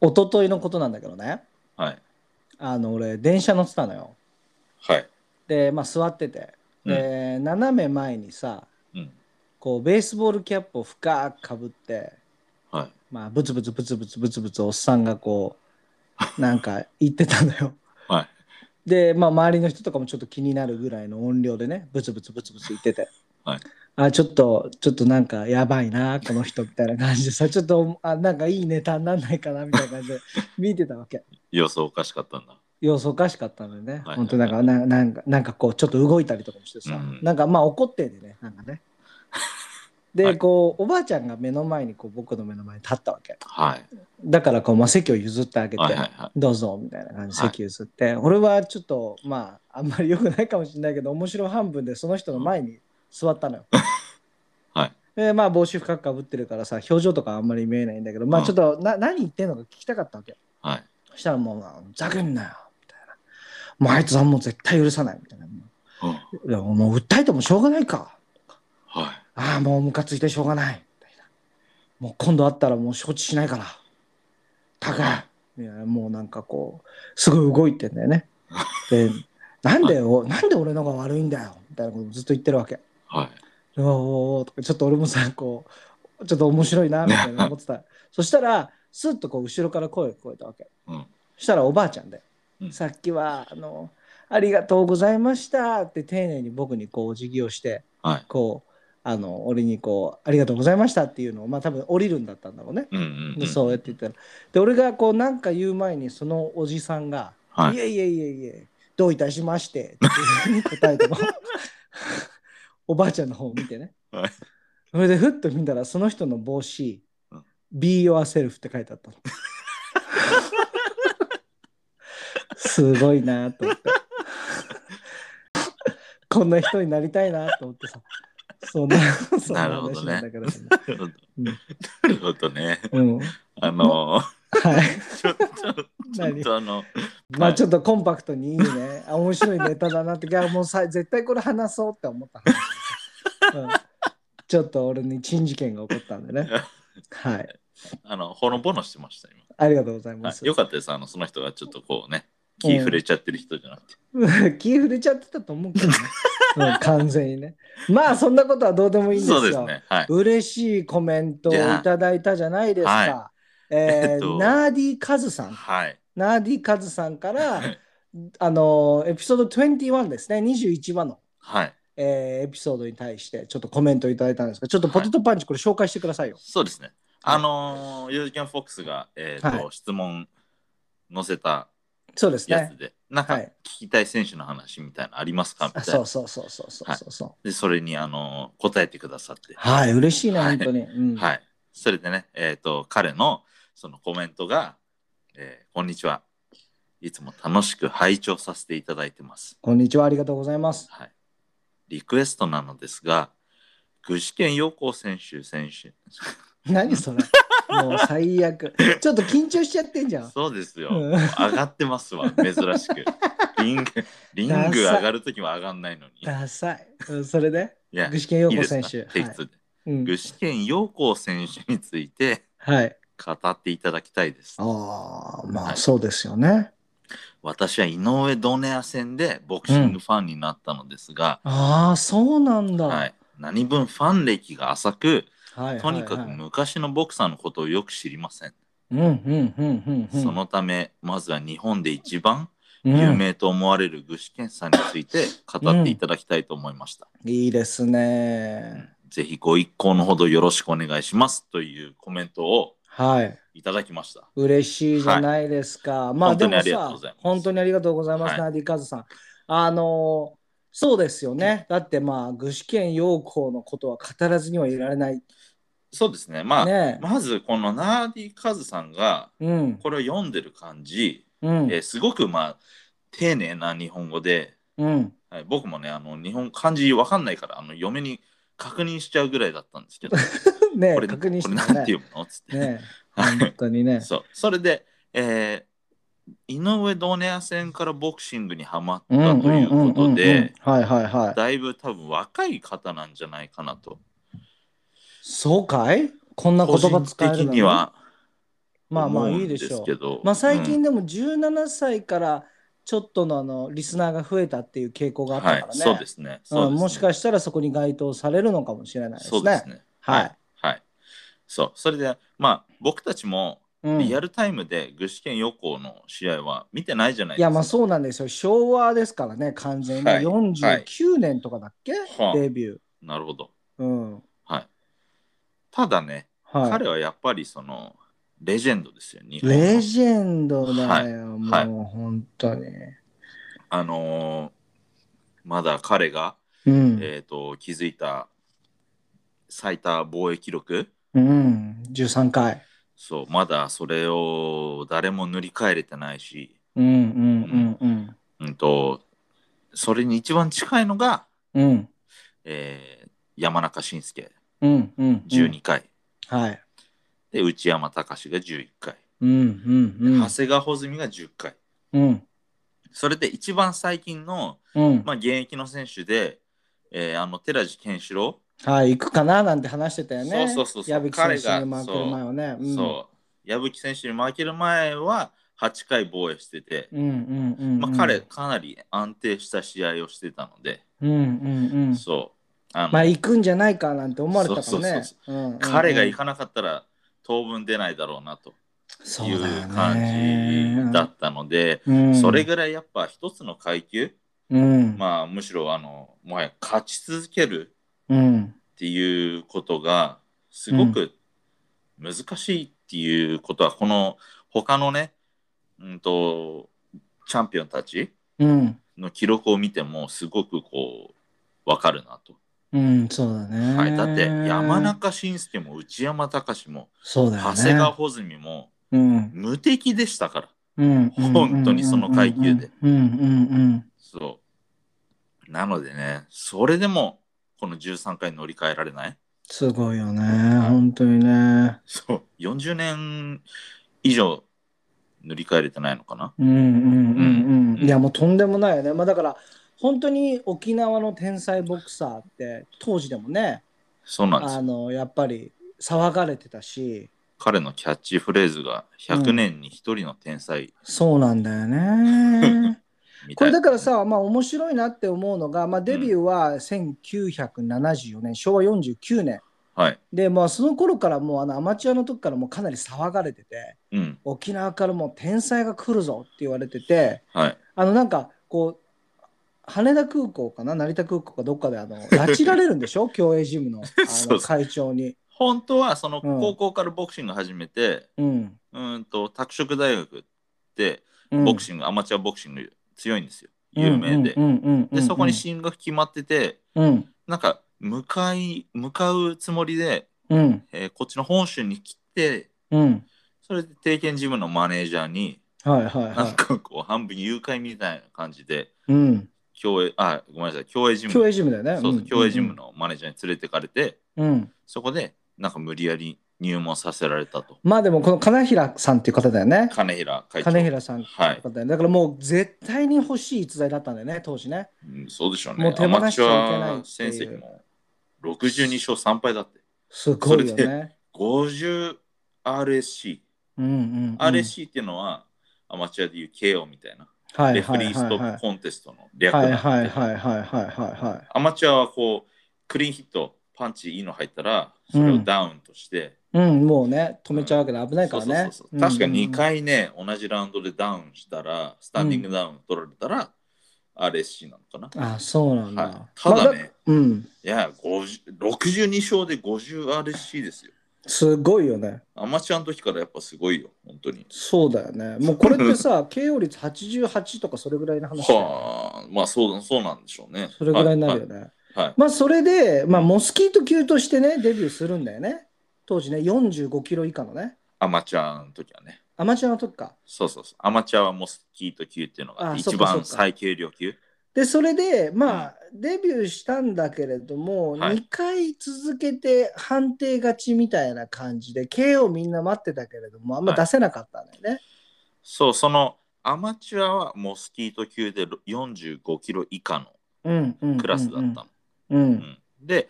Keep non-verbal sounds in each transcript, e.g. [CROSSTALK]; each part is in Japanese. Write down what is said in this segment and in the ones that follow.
一昨日のことなんだけどねはい。あの俺電車乗ってたのよはい。でまあ座っててで、斜め前にさうん。こうベースボールキャップを深くかぶってはい。まあブツブツブツブツブツブツおっさんがこうなんか言ってたのよはい。で、まあ、周りの人とかもちょっと気になるぐらいの音量でねブツブツブツブツ言ってて、はいあちょっとちょっとなんかやばいなこの人みたいな感じでさちょっとあなんかいいネタになんないかなみたいな感じで見てたわけ様子おかしかったんだ。様子おかしかったのよね、はい本当なんかななんかなんかこうちょっと動いたりとかもしてさ、うんなんかまあ怒ってんでねなんか [LAUGHS] ねで、はいこうおばあちゃんが目の前にこう僕の目の前に立ったわけはい。だからこう、まあ、席を譲ってあげて、はいはいはどうぞみたいな感じではい席譲って、俺はちょっとまああんまり良くないかもしれないけど面白半分でその人の前に座ったのよ。 [LAUGHS] はいでまあ帽子深くかぶってるからさ表情とかあんまり見えないんだけどまあうんちょっとな、何言ってんのか聞きたかったわけよ。い。はい。そしたらもう「ふざけんなよ」みたいな「もうあいつはもう絶対許さない」みたいな「いうんやもう訴えてもしょうがないか」はい。ああ、もうムカついてしょうがない。みたいなもう今度会ったらもう承知しないから。たくいや、もうなんかこう、すごい動いてんだよね。で、なんでよ、なんで俺のが悪いんだよ。みたいなことずっと言ってるわけ。はい。うわおーおーとか、ちょっと俺もさ、こう、ちょっと面白いな、みたいな思ってた。そしたら、スッとこう、後ろから声が聞こえたわけ。うん。そしたらおばあちゃんで、うんさっきは、あの、ありがとうございましたって丁寧に僕にこうお辞儀をして、はい。こうあの俺にこう「ありがとうございました」っていうのをまあ多分降りるんだったんだろうね、うんうん、うでん。そうやって言ったらで俺がこうなんか言う前にそのおじさんが「、はいい。えいえいえいえどういたしまして」っていうふうに答え [LAUGHS] てもおばあちゃんの方を見てね、はいそれでふっと見たらその人の帽子うん「Be yourself」って書いてあったのすごいなと思ってこんな人になりたいなと思ってさそんなそんななるほど話ねなんだけど、ね、なるほどうんなるほどね。うんは [LAUGHS] あのー、いちょっと、ちょっ何とあの、まあちょっとコンパクトにいいね。あ面白いネタだなって。いやもうさ絶対これ話そうって思った [LAUGHS] 話、うんちょっと俺に珍事件が起こったんでね。はい。あの、ほのぼのしてました、今。ありがとうございます。はいよかったです、あの、その人がちょっとこうね、気触れちゃってる人じゃなく [LAUGHS] て。気触れちゃってたと思う [LAUGHS] けどね。うん完全にね。まあそんなことはどうでもいいんですよ。そうですね。はい。嬉しいコメントをいただいたじゃないですか。じゃあえーえっとナーディカズさん。はい。ナーディカズさん [LAUGHS] からはい、あのエピソード21ですね。21話の。はい。えーエピソードに対してちょっとコメントいただいたんですがちょっとポテトパンチこれ紹介してくださいよ。そうですね。はいあのー、ユージキャンフォックスが、えーとは質問載せたそうですやつね。で、なんかはい聞きたい選手の話みたいなのありますかみあたいそなう。そうそうそうそうそうそう。で、それに、あのー答えてくださって、はい、嬉しいね、はい本当に。うんはい。それでね、えっ、と、彼のそのコメントが、えーこんにちは。いつも楽しく拝聴させていただいてます。こんにちは、ありがとうございます。はい、リクエストなのですが、具志堅陽光選手選手。何それもう最悪。ちょっと緊張しちゃってんじゃん。そうですよ。うんもう上がってますわ、珍しく。リング、リングダサ上がるときも上がんないのに。いダサい。うんそれでや、具志堅用いい子です選か手。テイストで。はいうん具志堅陽光選手についてはい。語っていただきたいです。ああ、まはあいそうですよね。私は井上ドネア戦でボクシングファンになったのですが、ああ、そうなんだ。はい、何分ファン歴が浅く、はいはいとにかくはい昔のボクサーのことをよく知りません。うんうんうんうんうん。そのため、まずは日本で一番うん有名と思われる具志堅さんについて語っていただきたいと思いました。いいですね。ぜひご一行のほどよろしくお願いしますというコメントをはい。いただきました。嬉しいじゃないですか。まあ本で当にもありがとうさございま、す本当にありがとうございます、はいナディカズさん。あのーそうですよね。だってまあ、具志堅用高のことは語らずにはいられない。そうですね。まあ、ねえまずこのナーディ・カズさんがうん。これを読んでる感じ、うんえ。ーすごくまあ丁寧な日本語で、うん。はい、僕もねあの日本漢字わかんないからあの嫁に確認しちゃうぐらいだったんです [LAUGHS] けど、ねこれ確認してこれなねんて。読むのつって。ね [LAUGHS] はい本当にね。そうそれで、えー、井上ドネア戦からボクシングにはまったということで、はいはいはい。だいぶ多分若い方なんじゃないかなと。そうかいこんな言個葉人使えるの的には、まあまあ思うんいいでしすょけどう。まあ最うん近でも17歳からちょっとのあのリスナーが増えたっていう傾向があったはかい、らね。そうですね。そううんですねもしかしたらそこに該当されるのかもしれないですそうでねす。ね。はい。はい。そう、それで、まあ、僕たちもうんリアルタイムで具志堅予行の試合は見てないじゃないいですか。やまあそうなんですよ昭和ですからね完全にはい49年とかだっけ、はあデビューなるほど。うんはい。ただね、はい彼はやっぱりその、レジェンドですよ。日本のレジェンドだよ、はいはいもう本当にあのーまだ彼が、うん、えっ、と、気づいた最多防衛記録うん、13回そう、まだそれを誰も塗り替えれてないし、うんうんうんうんと、それに一番近いのが、うんうんえー山中伸介うんうん12回、はいで内山隆が11回、うんうんうん長谷川穂積が10回うんそれで一番最近の、うんまあ、現役の選手で、えーあの寺地健志郎、はい行くかななんて話してたよねそうそうそうそう矢吹選手に負ける前はねんそう矢吹選手に負ける前は8回防衛してて、うんうんうんうんまあ、彼かなり安定した試合をしてたので、うんうんうんそうあの、まあ行くんじゃないかなんて思われたかそらうそうそねううそんうんうん彼が行かなかったら当分出ないだろうなとそいううだよ感ねじだったので、うんそれぐらいやっぱ一つの階級、うんまあむしろあのもはや勝ち続けるうんっていうことがすごく難しいっていうことは、この他のね、うんとチャンピオンたちうんの記録を見てもすごくこう分かるなと。うんそうだね、はい、だって山中伸介も内山隆もそうだよね長谷川穂積もうん無敵でしたから。うんうん本当にその階級でうんうんそう。なのでね、それでもこの13回乗り換えられない。すごいよね本当にねそう。40年以上塗り替えれてないのかなうんうんうんううんんいやもうとんでもないよねまあだから本当に沖縄の天才ボクサーって当時でもねそうなんですあよ。のやっぱり騒がれてたし彼のキャッチフレーズが100年に1人の天才そうなんだよねみ [LAUGHS] こたいれな。だからさ、まあ、面白いなって思うのが、まあ、デビューは1974年、昭和49年はい。で、まあ、その頃からもうあのアマチュアの時からもうかなり騒がれててうん。沖縄からもう天才が来るぞって言われててはい。あのなんかこう羽田空港かな成田空港かどっかで [LAUGHS] あの拉致られるんでしょ競泳ジムのあそうのそう会長に。本当はそのうん高校からボクシング始めて、うんうん、と拓殖大学ってうんボクシング、アマチュアボクシング強いんですよ。有名で。うんうんうんうんうんで、そこに進学決まってて、うんなんか向かい向かうつもりで、うんえーこっちの本州に来てうんそれで定見ジムのマネージャーにはいはい [LAUGHS] なはんかこう半分誘拐みたいな感じでい。うん競泳あごめんなさい競泳ジム競泳ジムだよね。そうそうん競泳ジム。のマネージャーに連れてかれて、うんそこでなんか無理やり入門させられたとまあでもこの金平さんっていう方だよね。金平会長金平さんってはいうい、方だよね。だからもう絶対に欲しい逸材だったんだよね、当時ね。うんそうでしょうねもう手ア放マしチちュゃいけないアってい戦う績も62勝3敗だってすごいよそれね。 50RSC うんうんうん。 RSC っていうのはアマチュアでいう KO みたいな、はいレフリーストはいップコンテストの略はいなはいんではいはいはいはいはアマチュアはこうクリーンヒットパンチいいの入ったらそれをダウンとして、い。うん、もうね、止めちゃうわけで危ないからねそうそうそう。そう確かにに2。回ね、同じラウンドでダウンしたらスタンディングダウン取られたら、RSC なのかな、あ、そうなんだ。はい、ただね、まあうん。いや50 62勝で 50RSC ですよすごいよね。アマチュアの時からやっぱすごいよ本当にそうだよね。もうこれってさ、KO [LAUGHS] 率88とかそれぐらいの話だよねはあまあそうそうなんでしょうねそれぐらいになるよね。はいはいまあそれで、まあ、モスキート級としてねデビューするんだよね当時ね45キロ以下のねアマチュアの時はねアマチュアの時かそうそうそう。アマチュアはモスキート級っていうのがあ一そっ番かそっか最軽量級。でそれでまあ、デビューしたんだけれども、はい2回続けて判定勝ちみたいな感じで KO みんな待ってたけれどもあんま出せなかったんだよね、そう、そのアマチュアはモスキート級で45キロ以下のうんうんうんうんクラスだったの。うんううんんで、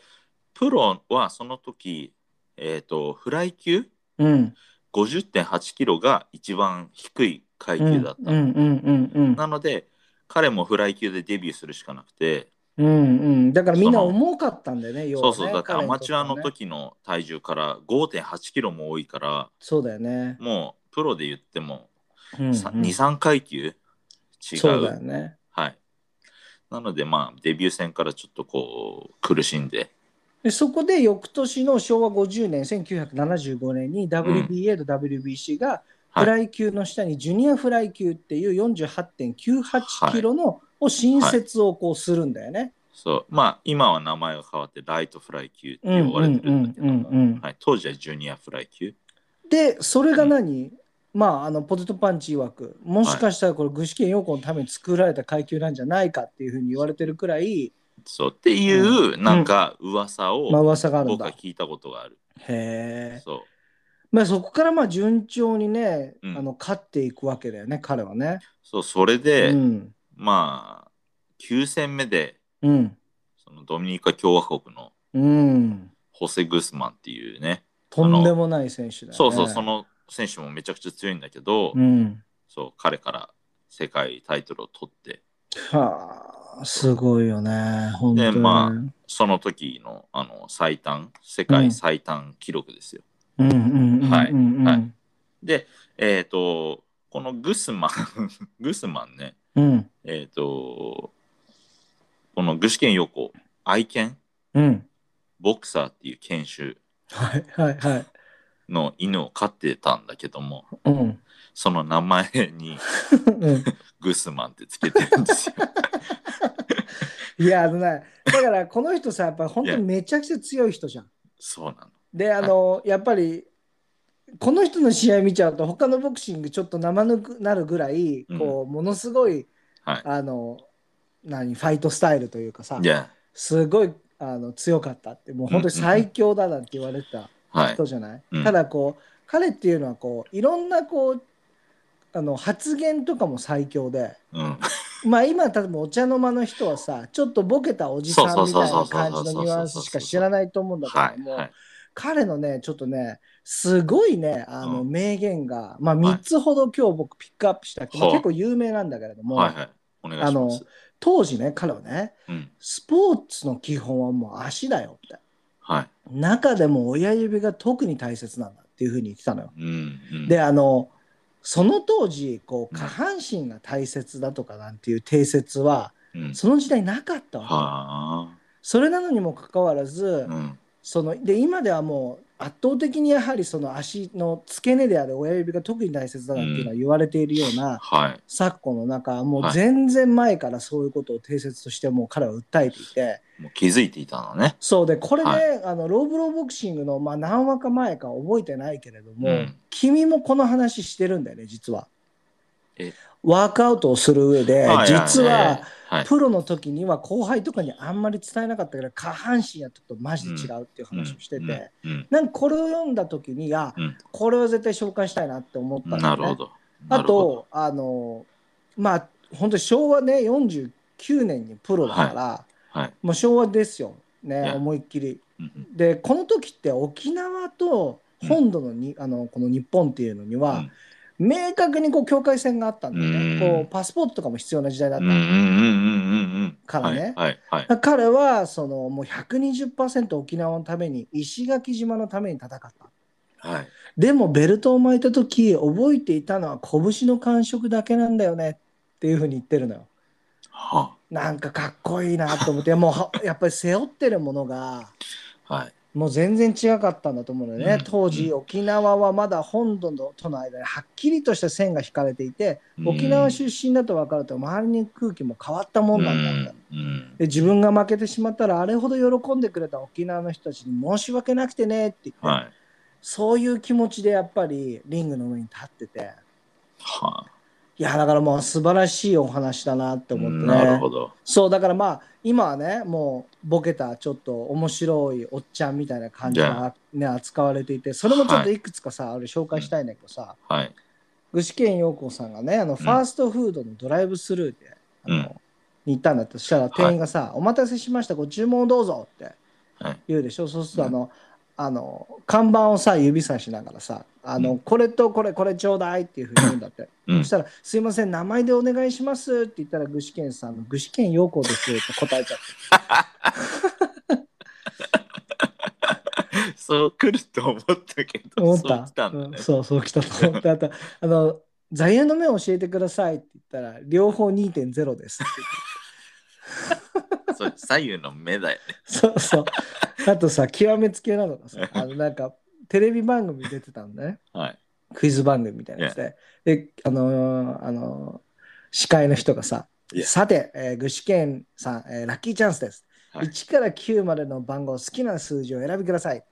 プロはその時、えっ、と、フライ級うん50.8キロが一番低い階級だった、うんうんうんうんなので彼もフライ級でデビューするしかなくてうんうんだからみんな重かったんだよね要はそねうそうだってアマチュアの時の体重から5.8キロも多いからそうだよね、もうプロで言ってもうんうん23階級違そううだよねはいなのでまあデビュー戦からちょっとこう苦しんででそこで翌年の昭和50年1975年に WBA と WBC がはフいライ級の下にジュニアフライ級っていう48.98キロの、を新設をこうするんだよね。そうまあ今は名前が変わってライトフライ級ってうん呼ばれてるんだけど、うんうんうんはい、当時はジュニアフライ級でそれが何、まああのポテトパンチ曰くもしかしたらこれ具志堅用高のために作られた階級なんじゃないかっていうふうに言われてるくらい、そうっていうなんか噂まあを噂があるん僕だ。はへ聞いたことがある、え。そうまあそこからまあ順調にね、うんあの勝っていくわけだよね彼はね。そうそれで、うんまあ9戦目でうんそのドミニカ共和国のうん。ホセ・グスマンっていうねとんでもない選手だよね。そうそうその選手もめちゃくちゃ強いんだけど、うん。そう彼から世界タイトルを取ってはあ、すごいよね。本当にね。まあその時のあの最短世界最短記録ですよ、うんうんうんうんうん。はいははいい。でえっ、とこのグスマン [LAUGHS] グスマンねうんえっ、とこの具志堅用高愛犬うん。ボクサーっていう犬種はいはいはい。の犬を飼ってたんだけどもうん。その名前にうんグスマンってつけてる [LAUGHS] んですよいや、あのね、だからこの人さ、やっぱり本当にめちゃくちゃ強い人じゃん。そうなので、あの、やっぱり、この人の試合見ちゃうと、他のボクシングちょっと生ぬくなるぐらい、こう、ものすごい、はいあの、何、ファイトスタイルというかさ、じゃすごいあの強かったってもう本当に最強だなんて言われてたあはい人じゃない、うんただこう彼っていうのはこういろんなこうあの発言とかも最強でうんまあ今例えばお茶の間の人はさちょっとボケたおじさんそうみそたういそなうそう感じのニュアンスしか知らないと思うんだはけいども、はい彼のねちょっとねすごいねあのう名言が、まあ3つほど今日僕ピックアップしたけど、はあ結構有名なんだけれども、はいはいお願いあしのます当時ね彼はねうんスポーツの基本はもう足だよって。はい中でも親指が特に大切なんだっていうふうに言ってたのよ。うんうんであのその当時こううん下半身が大切だとかなんていう定説はうんその時代なかったわけ。はあそれなのにもかかわらずうんそので今ではもう圧倒的にやはりその足の付け根である親指が特に大切だなんていうのは言われているようなはい昨今の中もはうい全然前からそういうことを定説としてもう彼は訴えていて。もう気づいていたのねそうでこれね、はあのローブローボクシングの、まあ、何話か前か覚えてないけれども、うん君もこの話してるんだよね実はえ。ワークアウトをする上ではい実はいははいプロの時には後輩とかにあんまり伝えなかったから下半身やっとマジで違うっていう話をしてて、うんうんなんかこれを読んだ時にあ、うんこれは絶対紹介したいなって思ったんだよね。なるほどあとあのまあ本当に昭和ね49年にプロだから、はいもう昭和ですよいねや思いっきり。うんうんでこの時って沖縄と本土のに、あのこの日本っていうのには、明確にこう境界線があったんだよね、うんこうパスポートとかも必要な時代だっうた、んうんうんうんうんうんからねはいはいはい彼はそのもう120%沖縄のために石垣島のために戦ったはいでもベルトを巻いた時覚えていたのは拳の感触だけなんだよねっていうふうに言ってるのよはなんかかっこいいなと思ってもうはやっぱり背負ってるものがあはいもう全然違かったんだと思うのよね、うん当時う沖縄はまだ本土との間にはっきりとした線が引かれていて沖縄出身だと分かると周りに空気も変わったもんなんだった、うんうんで自分が負けてしまったらあれほど喜んでくれた沖縄の人たちに申し訳なくてねって言って、はいそういう気持ちでやっぱりリングの上に立っててはいやだからもう素晴らしいお話だなってあ思ってねなるほどそうだからまあ今はねもうボケたちょっと面白いおっちゃんみたいな感じじゃが、ね、扱われていてそれもちょっといくつかさ、俺紹介したいんだけどさ、はい具志堅用高さんがねあのファーストフードのドライブスルーで、うんあのに行ったんだとしたら店員がさ「お待たせしましたご注文をどうぞ」ってはい言うでしょそうするとあの、あの看板をさ指さしながらさあの、うこれとこれこれちょうだいっていうふうに言うんだって、うんそしたら「すいません名前でお願いします」って言ったら具志堅さんの「具志堅陽子です」って答えちゃってそう来ると思ったけど、思っそう来たたうんんだね。そうそう来たと思って [LAUGHS] あとあの「座右の銘を教えてください」って言ったら「両方2.0です」って [LAUGHS] そう左右の目だよね。そうそう。あとさ、極めつけなのがさ、あのなんか、テレビ番組出てたんだね。はい。クイズ番組みたいなやつで。で、あのーあのー司会の人がさ、 Yeah. さて、えー具志堅さん、えーラッキーチャンスです。はい1から9までの番号、好きな数字を選びください。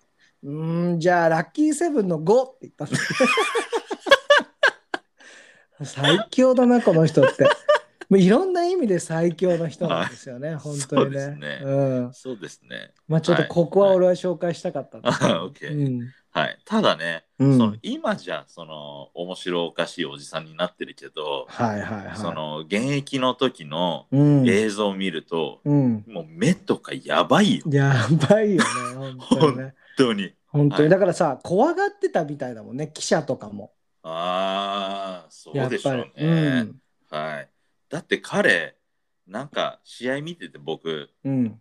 うーん、じゃあ、ラッキーセブンの5って言 [LAUGHS] ったんだ最強だな、この人って。もういろんな意味で最強の人なんですよね、本当にね。そうですねうんそうですね。まあちょっとここは俺は紹介したかったん [LAUGHS] だけどはいオッケーうんはい。ただね、うんその今じゃその面白おかしいおじさんになってるけど、はいはいはい。その現役の時のうん、映像を見ると、うん。もう目とかやばいよ。やばいよ [LAUGHS] ね、本当にね。本当に。本当はに。いだからさ、怖がってたみたいだもんね、記者とかも。ああ、そやうっでしょぱうり。ね。うん。はい。だって彼、なんか試合見てて僕、うん。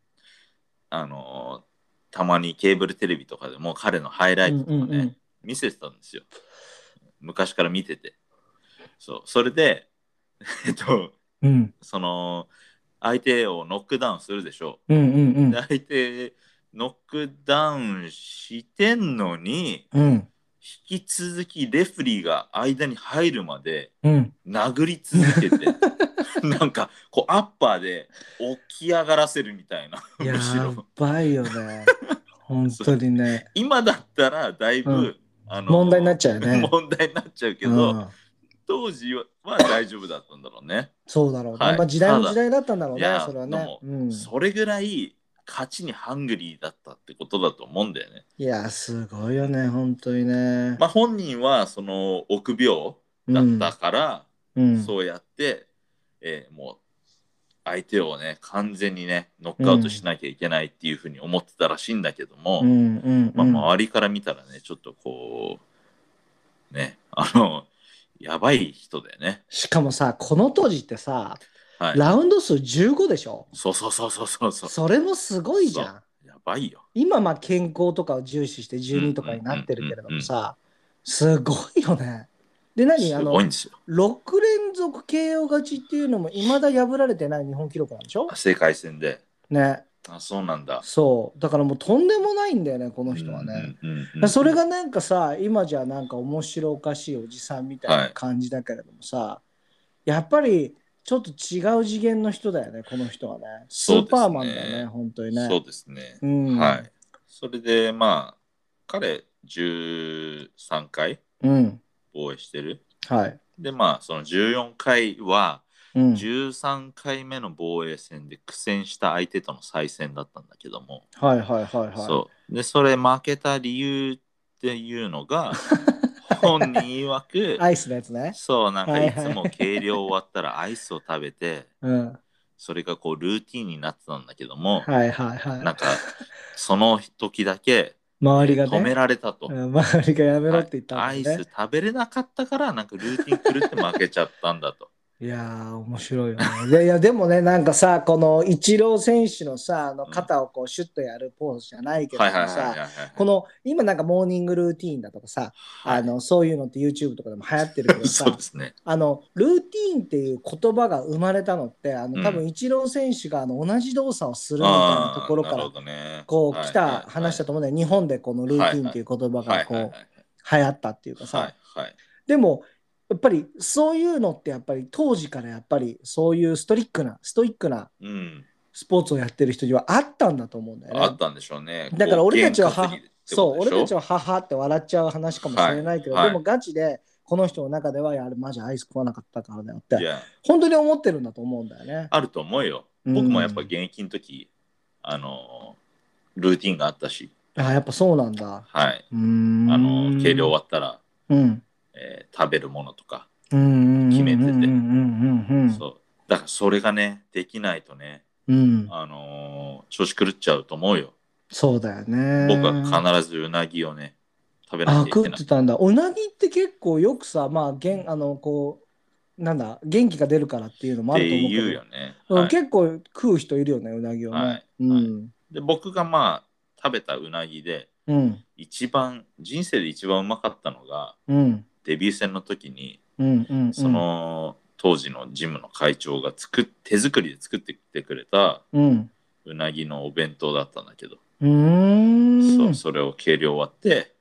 あのーたまにケーブルテレビとかでも彼のハイライトとかね、うんうんうん見せてたんですよ。昔から見てて。そう。それで、 [LAUGHS] えっと、うん。その、相手をノックダウンするでしょうんうんうう。 [LAUGHS] んで。相手、ノックダウンしてんのに、うん。引き続きレフェリーが間に入るまで、うん。殴り続 [LAUGHS] けてなんかこうアッパーで起き上がらせるみたいな [LAUGHS] やむしろばいよね。本当にね。今だったらだいぶ、うんあの問題になっちゃうよね。 [LAUGHS] 問題になっちゃうけど、うん当時はは大丈夫だったんだろうね、そうだろうね。はいまあ時代も時代だったんだろうねただ、それはいやねも。うんそれぐらい勝ちにハングリーだったってことだと思うんだよねいや、すごいよね、本当にね。まあ本人はその臆病だったから、うんそうやって、えーもう相手をね完全にねノックアウトしなきゃいけないっていうふうに思ってたらしいんだけども、うんうんまあ、うん周りから見たらねちょっとこうねあの [LAUGHS] やばい人だよねしかもさこの当時ってさはいラウンド数15でしょそうそうそうそうそうそうそれもすごいじゃんやばいよ今まあ健康とかを重視して12とかになってるけれどもさすごいよねで何すあごいんのですよ6連続 KO 勝ちっていうのもいまだ破られてない日本記録なんでしょ世界戦でねあそうなんだそうだからもうとんでもないんだよねこの人はね、うんうんうんうだんそれがなんかさ今じゃなんか面白おかしいおじさんみたいな感じだけれどもさ、やっぱりちょっと違う次元の人だよねこの人はねスそーうですねパーマンだよね本当にねそうですね、うんはいそれでまあ彼13回うん防衛してるはい、でまあその14回はうん、 13回目の防衛戦で苦戦した相手との再戦だったんだけども、はいはいはいはいそうでそれ負けた理由っていう [LAUGHS] のが本人曰くアイスのやつねそうなんはかいいはいつも計量終わったらアイスを食べてうんはそれがこうルーティンになってたんだけども、いはいなはんかその時だけい周りが止めねられたと、うん周りがやめろって言ったアんイだよスね食べれなかったからなんかルーティン狂って負けちゃったんだといやー面白いよね。でいやでもねなんかさこのイチロー選手のさあのうん肩をこうシュッとやるポーズじゃ [LAUGHS] ないけどはもいはいはいはいさはいこの今なんかモーニングルーティーンだとかさ、はいあのそういうのって YouTube とかでも流行ってるけど [LAUGHS] そうさですねあのルーティーンっていう言葉が生まれたのってあうのん多分イチロー選手があの同じ動作をするみたいあなところかーならるほどねこはうい来た話だと思うんだよ、日本でこのルーティーンっていう言葉はいがはいはいこう流行ったっていうかさ、はいはいでもやっぱりそういうのってやっぱり当時からやっぱりそういうストリックなストイックなうんスポーツをやってる人にはあったんだと思うんだよね。あったんでしょうね。だから俺たちはこう原価的ってこそとう、でしょ俺たちは母って笑っちゃう話かもしれないけど、はいはいでもガチで、この人の中では、いや、あれマジアイス食わなかったからだよっいて、や、本当に思ってるんだと思うんだよね。あると思うよ。うん僕もやっぱ現役の時、あのー、ルーティンがあったし、あ、やっぱそうなんだ。はい。うーん。あのー、計量終わったら、うん。えー食べるものとか、うんうんうん。決めててうんうんうんうん。そう。だからそれがね、できないとね、うん。あのー、調子狂っちゃうと思うよ。そうだよね。僕は必ずうなぎをね、食べあなきゃい食けっないて。たんだうなぎって結構よくさまあげんあのこうなんだ元気が出るからっていうのもあっるとて思うけど言うよね。うんはい結構食う人いるよねうなぎをね、はいうん、で僕がまあ食べたうなぎでうん一番人生で一番うまかったのがうんデビュー戦の時にうんうんその当時のジムの会長が作っ手作りで作ってきてくれたうんうなぎのお弁当だったんだけど、うーそんうそれを計量割って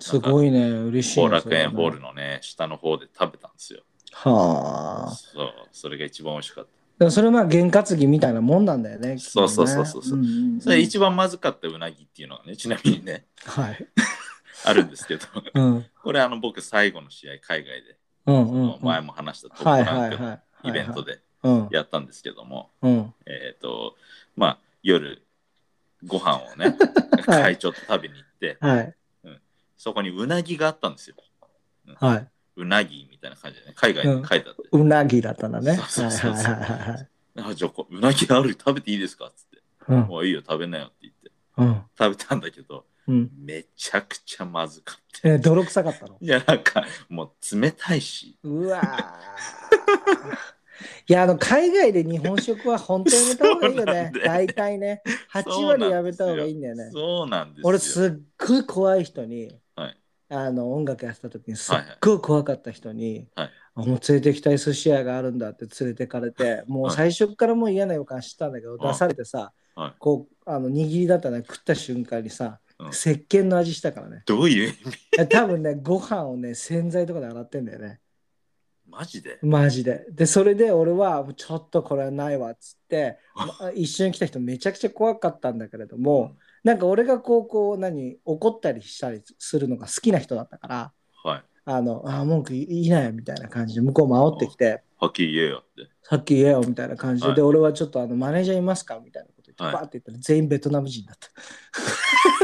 すごいね嬉しいね後楽園ホールそれはねのね下の方で食べたんですよはあそうそれが一番美味しかっでもそれはまあ験担ぎみたいなもんなんだよねそうそうそうそうきっとねんんんたそれ一番まずかったうなぎっていうのがねちなみにねはいあるんですけど [LAUGHS] うんこれあの僕最後の試合海外でうんうんうん前も話したトップはいラはンいクのはいイベントででうん [LAUGHS] やったんですけども、うんえっ、と、まあ、夜、ご飯をね、 [LAUGHS] はい会長と食べに行って、はいそこにうなぎがあったんですよ。はいうなぎみたいな感じでね、海外に書いてあって、うなぎだったんだね。そうそうそうはいはいはいはい。あじゃあこう、うなぎある食べていいですかっつって、うんもういいよ、食べなよって言って、うん食べたんだけど、うん。めちゃくちゃまずかった。えー、泥臭かったの。いや、なんか、もう冷たいし、うわー。 [LAUGHS] いやあの海外で日本食は本当にやめた方がいいよ [LAUGHS] そうなねんだ。よね大体ね、8割やめた方がいいんだよね。そうなんですよ。俺すっごい怖い人に、はいあの音楽やってた時にすっはいはいごい怖かった人に、はいあもう連れてきたい寿司屋があるんだって連れてかれて、もう最初からもう嫌な予感してたんだけど、はい出されてさ、はいこうあの握りだったら食った瞬間にさ、うん石鹸の味したからねどういう意味え多分ねご飯をね洗剤とかで洗ってんだよねマジでマジででそれで俺はもうちょっとこれはないわっつ [LAUGHS] って、ま一緒に来た人めちゃくちゃ怖かったんだけれども、なんか俺がこうこう何怒ったりしたりするのが好きな人だったからはい。あのあ文句言いなよみたいな感じで向こうも煽ってきてはっきり言えよって。さっき言えよみたいな感じで,、はいで俺はちょっとあのマネージャーいますかみたいなこと言って、はいバーって言ったら全員ベトナム人だった。 [LAUGHS]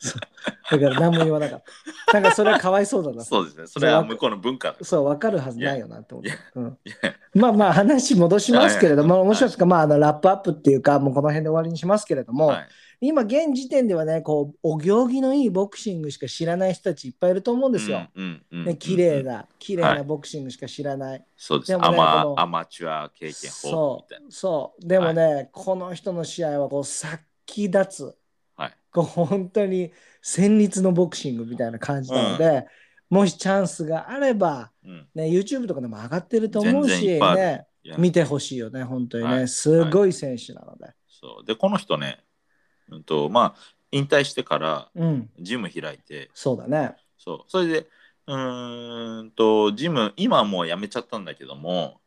そうだから何も言わなかった。なんかそれはかわいそうだな。そそうですね。それは向こうの文化だう分かるはずないよなって思っていや。うんいやまあまあ話戻しますけれどはも、い面白いですか、まああのラップアップっていうか、もうこの辺で終わりにしますけれども、はい。今現時点ではね、こう、お行儀のいいボクシングしか知らない人たちいっぱいいると思うんですよ。うんうんうんうんね、綺麗。な、綺麗なはいボクシングしか知らない。そうです。でもねアこマのアマチュア経験豊富みそたいなう、そう。でもね、この人の試合はこう先立つ、はいこう本当に戦慄のボクシングみたいな感じなので、もしチャンスがあれば、うんね、YouTube とかでも上がってると思う全然いし、っぱいあるね、いや。見てほしいよね、本当にね、はいすごい選手なので。そうでこの人ね、うんとまあ引退してからうん、ジム開いて、そうだね。そうそれでうーんとジム今はもう辞めちゃったんだけども、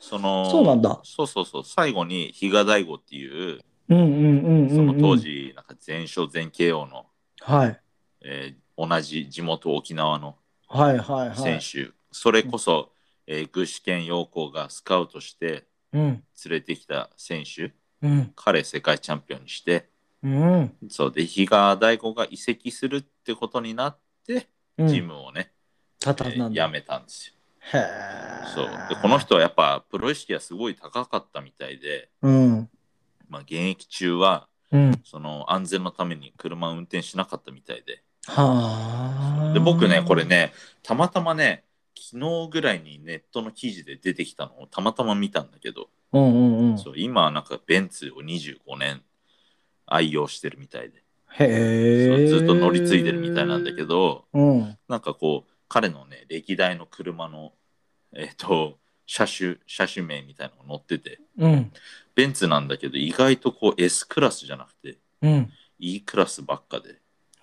そのそうなんだそうそうそう最後に比嘉大吾っていううんうんうんうん、うん。その当。時なんか全勝全 KO の、はい。えー同じ地元沖縄のはいはいは選い。手、それこそ、えー、具志堅用高がスカウトしてうん連れてきた選手うん彼世界チャンピオンにしてうんそうで比嘉大吾が移籍するってことになってうん。ジムをね、タタえフーなんだ。辞めたんですよ。へえ。そうでこの。人はやっぱプロ意識がすごい高かったみたいで、うんまあ、現役中はうん。はその安全のために車を運転しなかったみたいであ。で僕ねこれ。ねたまたまね昨日ぐらいにネットの記事で出てきたのをたまたま見たんだけどうんうんうん。そう今はなんかベンツを25年愛用してるみたいで、へえ。そうずっと乗り継いでるみたいなんだけ。どうん。なんかこう彼のね歴代の車のえっ、と車種車種名みたいなのが載っててうん。ベンツなんだけど意外とこう S クラスじゃなくてうん。 E クラスばっかで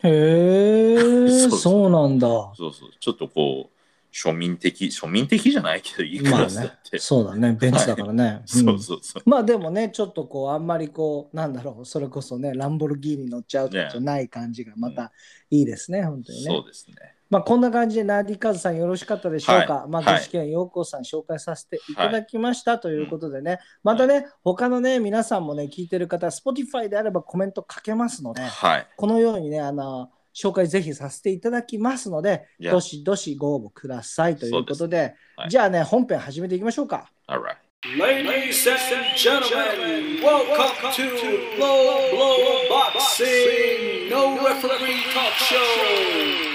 へえ。 [LAUGHS] そうそうなんだ。そうそうちょっとこう庶民的庶民的じゃないけど E クラスだって、そうだね。ベンツだからね。 [LAUGHS] そんうそうそ [LAUGHS] うまあでもね、ちょっとこう、あんまりこう、なんだろう、それこそね、ランボルギーニ乗っちゃうとかじゃない感じがまたいいですね、本当にね。そうですねまあ、こんな感じでナーディカズさんよろしかったでしょうか。まあ、はい具志堅陽子さん紹介させていただきましたということでね、またね、他のね、皆さんもね、聞いてる方、Spotify であればコメント書けますので、はいこのようにね、あの、紹介ぜひさせていただきますので、いやどしどしご応募くださいということで、すねはいじゃあね、本編始めていきましょうか。 alright Ladies and gentlemen, welcome to Low Blow Boxing No Referee Talk Show.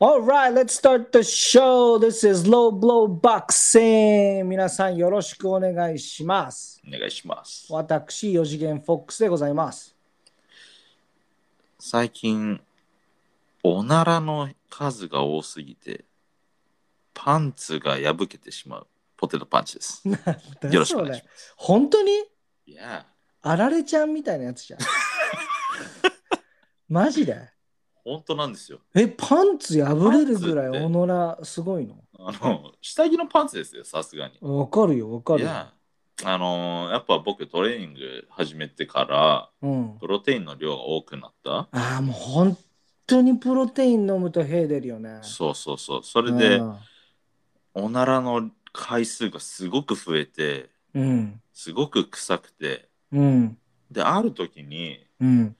オーライ、let's start the show! This is Low Blow Boxing! 皆さんよろしくお願いします。お願いします。私、四次元フォックスでございます。最近、おならの数が多すぎて、パンツが破けてしまうポテトパンチ [LAUGHS] です。よろしくお願いしまます。す。本当にいや、あられちゃんみたいなやつじゃん。 [LAUGHS] マジで本当なんですよ。え、パンツ破れるぐらいパンツっておのらすごいのあの、下着のパンツですよ、さすがに。わかるよ、わかいるよ。や、あのーやっぱ僕トレーニング始めてから、うん、プロテインの量が多くなった。ああ、もう本当にプロテイン飲むと屁出るよね。そうそうそう。それうで、んおならの回数がすごく増えて、うん、すごく臭くて、うん、で、ある時に、うん。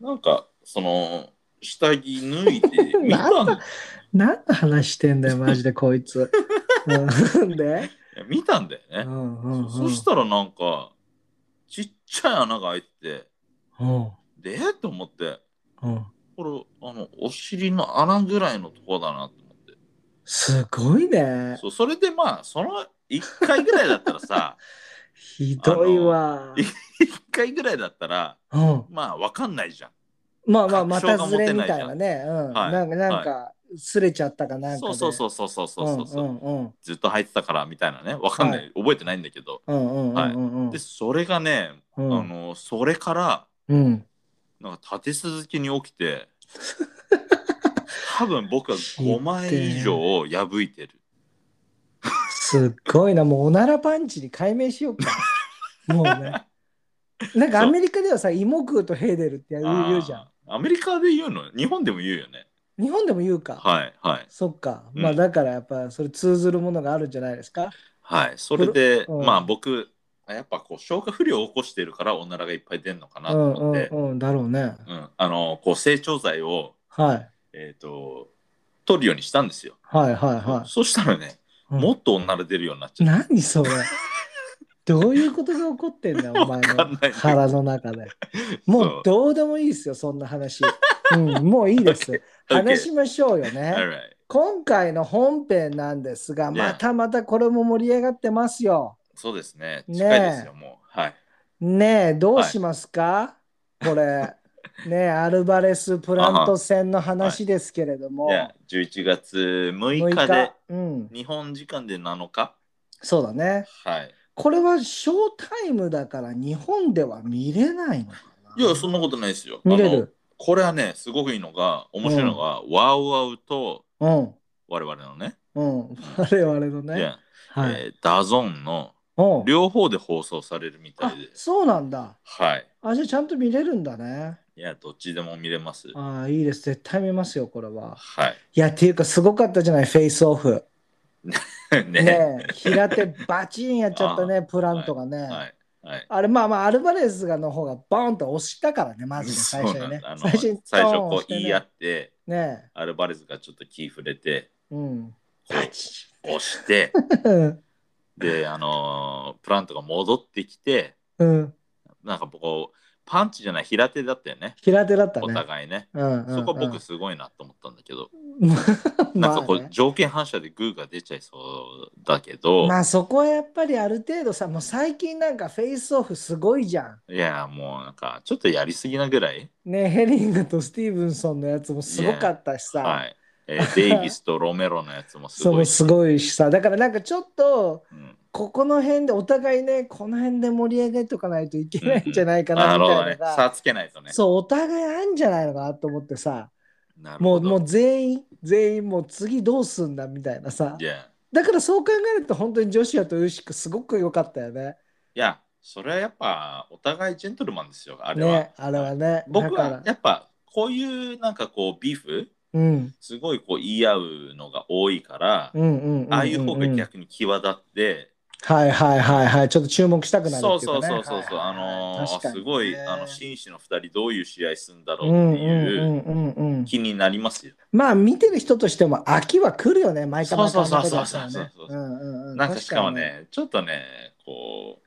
なんか、その、下着脱いで見 [LAUGHS] たなんんだ何の話してん [LAUGHS] だよ、マジでこいつ。うん、で、いや見たんだようね、んうんうん、そ。そしたらなんか、ちっちゃい穴が開いてうんて、でえと思って、うん、これ、あの、お尻の穴ぐらいのとこだなと思って。すごいね。そうそれでまあ、その1回ぐらいだった [LAUGHS] らさ、ひどいわ。 1回ぐらいだったら、うん、まあ、わかんないじゃん。まあまあ、ま確証たがず持れてみないたじゃんいなね。うん、はいなんか、なんか、すれちゃったかなんかで。そうそうそうそうそうそうそううんうんずっと入ってたからみたいなね、わかんない、は覚えてないんだけど。うんうんうんうんうんで、それがね、うあんの、それから、うん。なんか立て続けに起 [LAUGHS] きて多分僕は5枚以上を破いてるすっごいな、もうおならパンチに解明しようか。もうね。なんかそうアメリカではさ、芋食うとヘーデルって言う言うじゃあーアメリカで言うの日本でも言うよねん。日本でも言うか。はいはいそっか。うんまあだからやっぱそれ通ずるものがあるんじゃないですか。はいそれで、うんまあ僕やっぱこう消化不良を起こしてるからおならがいっぱい出るのかなうとん思って、うんうん。だろうね。うんあのこう整腸剤をはい。えっ、と取るようにしたんですよ、はいはいはそしたらね、い。うんもっとおなら出るようになっちゃっ何 [LAUGHS] それ。どういうことが起こってんだよ、お前わかんのない腹の中 [LAUGHS] で。もうどうでもいいですよ、そんな話。うん、もういいです。た話しましょうよね。 All right 今回の本編なんですが、ねまたまたこれも盛り上がってますよ。そうですねねえ近いですよ、もうはいねえ、どうしますか、こ [LAUGHS] れ。ねえ、アルバレス・プラント戦の話ですけれども、じゃあ11月6 6日で日、うん、日本時間で7日そうだね。はい。これはショータイムだから日本では見れないのかいなや、そんなことないですよ。見れあのる。これはね、すごくいいのが、面白いのが、ワウワウとうん、我々のね、うん、 [LAUGHS] 我々のいね。やはい。えーダゾーンのうん両方で放送されるみたあいで、そうなんだ。はい。あ、じゃあちゃんと見れるんだね。いや、どっちでも見れます。ああ、いいです。絶対見ますよ、これは。はい [LAUGHS] や、っていうか、すごかったじゃない、フェイスオフ。い。ねねえ、平手バチンやっちゃった [LAUGHS] ね、プラントがね。はい。はい。あれ、まあまあ、アルバレスがの方がバーンと押したからね、まずね、最初にね [LAUGHS] そう。なんだあの最初に最初ドーンこうしてね言い合って、ねアルバレスがちょっと気触れて、え、うん。こう押して、で、あのープラントが戻ってきて、うん。なんかこう、パンチじゃない平手だったよね、平手だったおね。互いね。うんうん [LAUGHS] そこ僕すごいなと思ったんだけど、うん、なんまかこあうね、条件反射でグーが出ちゃいそうだけど、まあそこはやっぱりある程度さ、もう最近なんかフェイスオフすごいじゃん。いやもうなんかちょっとやりすぎなぐらい、ねえ [LAUGHS] ヘリングとスティーブンソンのやつもすごかったしさ。はいえーデイビスとロメロのやつもすそごういすごいしさだからなんかちょっとうんここの辺でお互いねこの辺で盛り上げとかないといけないんじゃないかななるみたほいどなのねが、差つけないとねそうお互いあんじゃないのかなと思ってさなるもほうどもう全員全員もう次どうすんだみたいなさいやだからそう考えると本当にジョシアとウーシックすごく良かったよねいやそれはやっぱお互いジェントルマンですよあれは、ねあれはね僕だはからやっぱこういうなんかこうビーフうんすごいこう言い合うのが多いから、うんうんうんうんああいう方が逆に際立って、はいはいはいはいちょっと注目したくなるそうっていかそうねそうそうそう、はいあはいはいのー確かにねすごいあの紳士の二人どういう試合するんだろうんううっていうんうんうんうんうん気になりますよ。まあ見てる人としても秋は来るよね毎回毎回そ同うそうじことそうだかそうらねそうそううそうんうんうんなんかしかもね確ちょっとねこ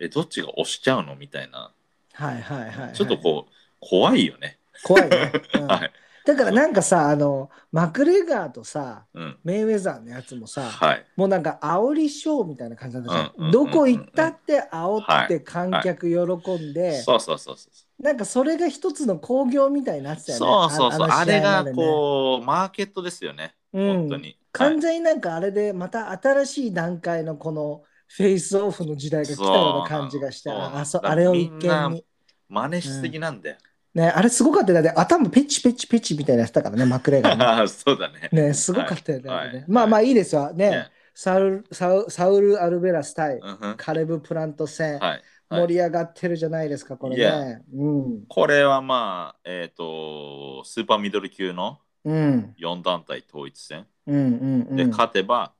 うえどっちが押しちゃうのみたいなかにねはいはいはいはいちょっとこう怖いよね。怖いね、うん [LAUGHS] はい。だからなんかさあのマクレガーとさうん。メイウェザーのやつもさ、はい。もうなんか煽りショーみたいな感じなんだったじゃんうんうんうんうんどこ行ったって煽って観客喜んで、そうそうそうそう。なんかそれが一つの興行みたいになってたよねそうそうそう。のあ試れ合まがでねこうマーケットですよね。うん本当に。完全になんかあれでまた新しい段階のこのフェイスオフの時代が来たような感じがしてそうなのああそだからあれを一みんな見に、真似しすぎなんだよ。ね、あれすごかったよだって頭ペチペチペチみたいなやつだからねマクレガー [LAUGHS] そうだね。ねねすごかったよね,、はいあれねはいまあまあいいですわねねサウルサウサウル・アルベラス対うんふんカレブ・プラント戦、はい。はい盛り上がってるじゃないですかこれね、うんこれはまあ、えっ、と、スーパーミドル級のうん4団体統一戦うんうんうんで勝てば、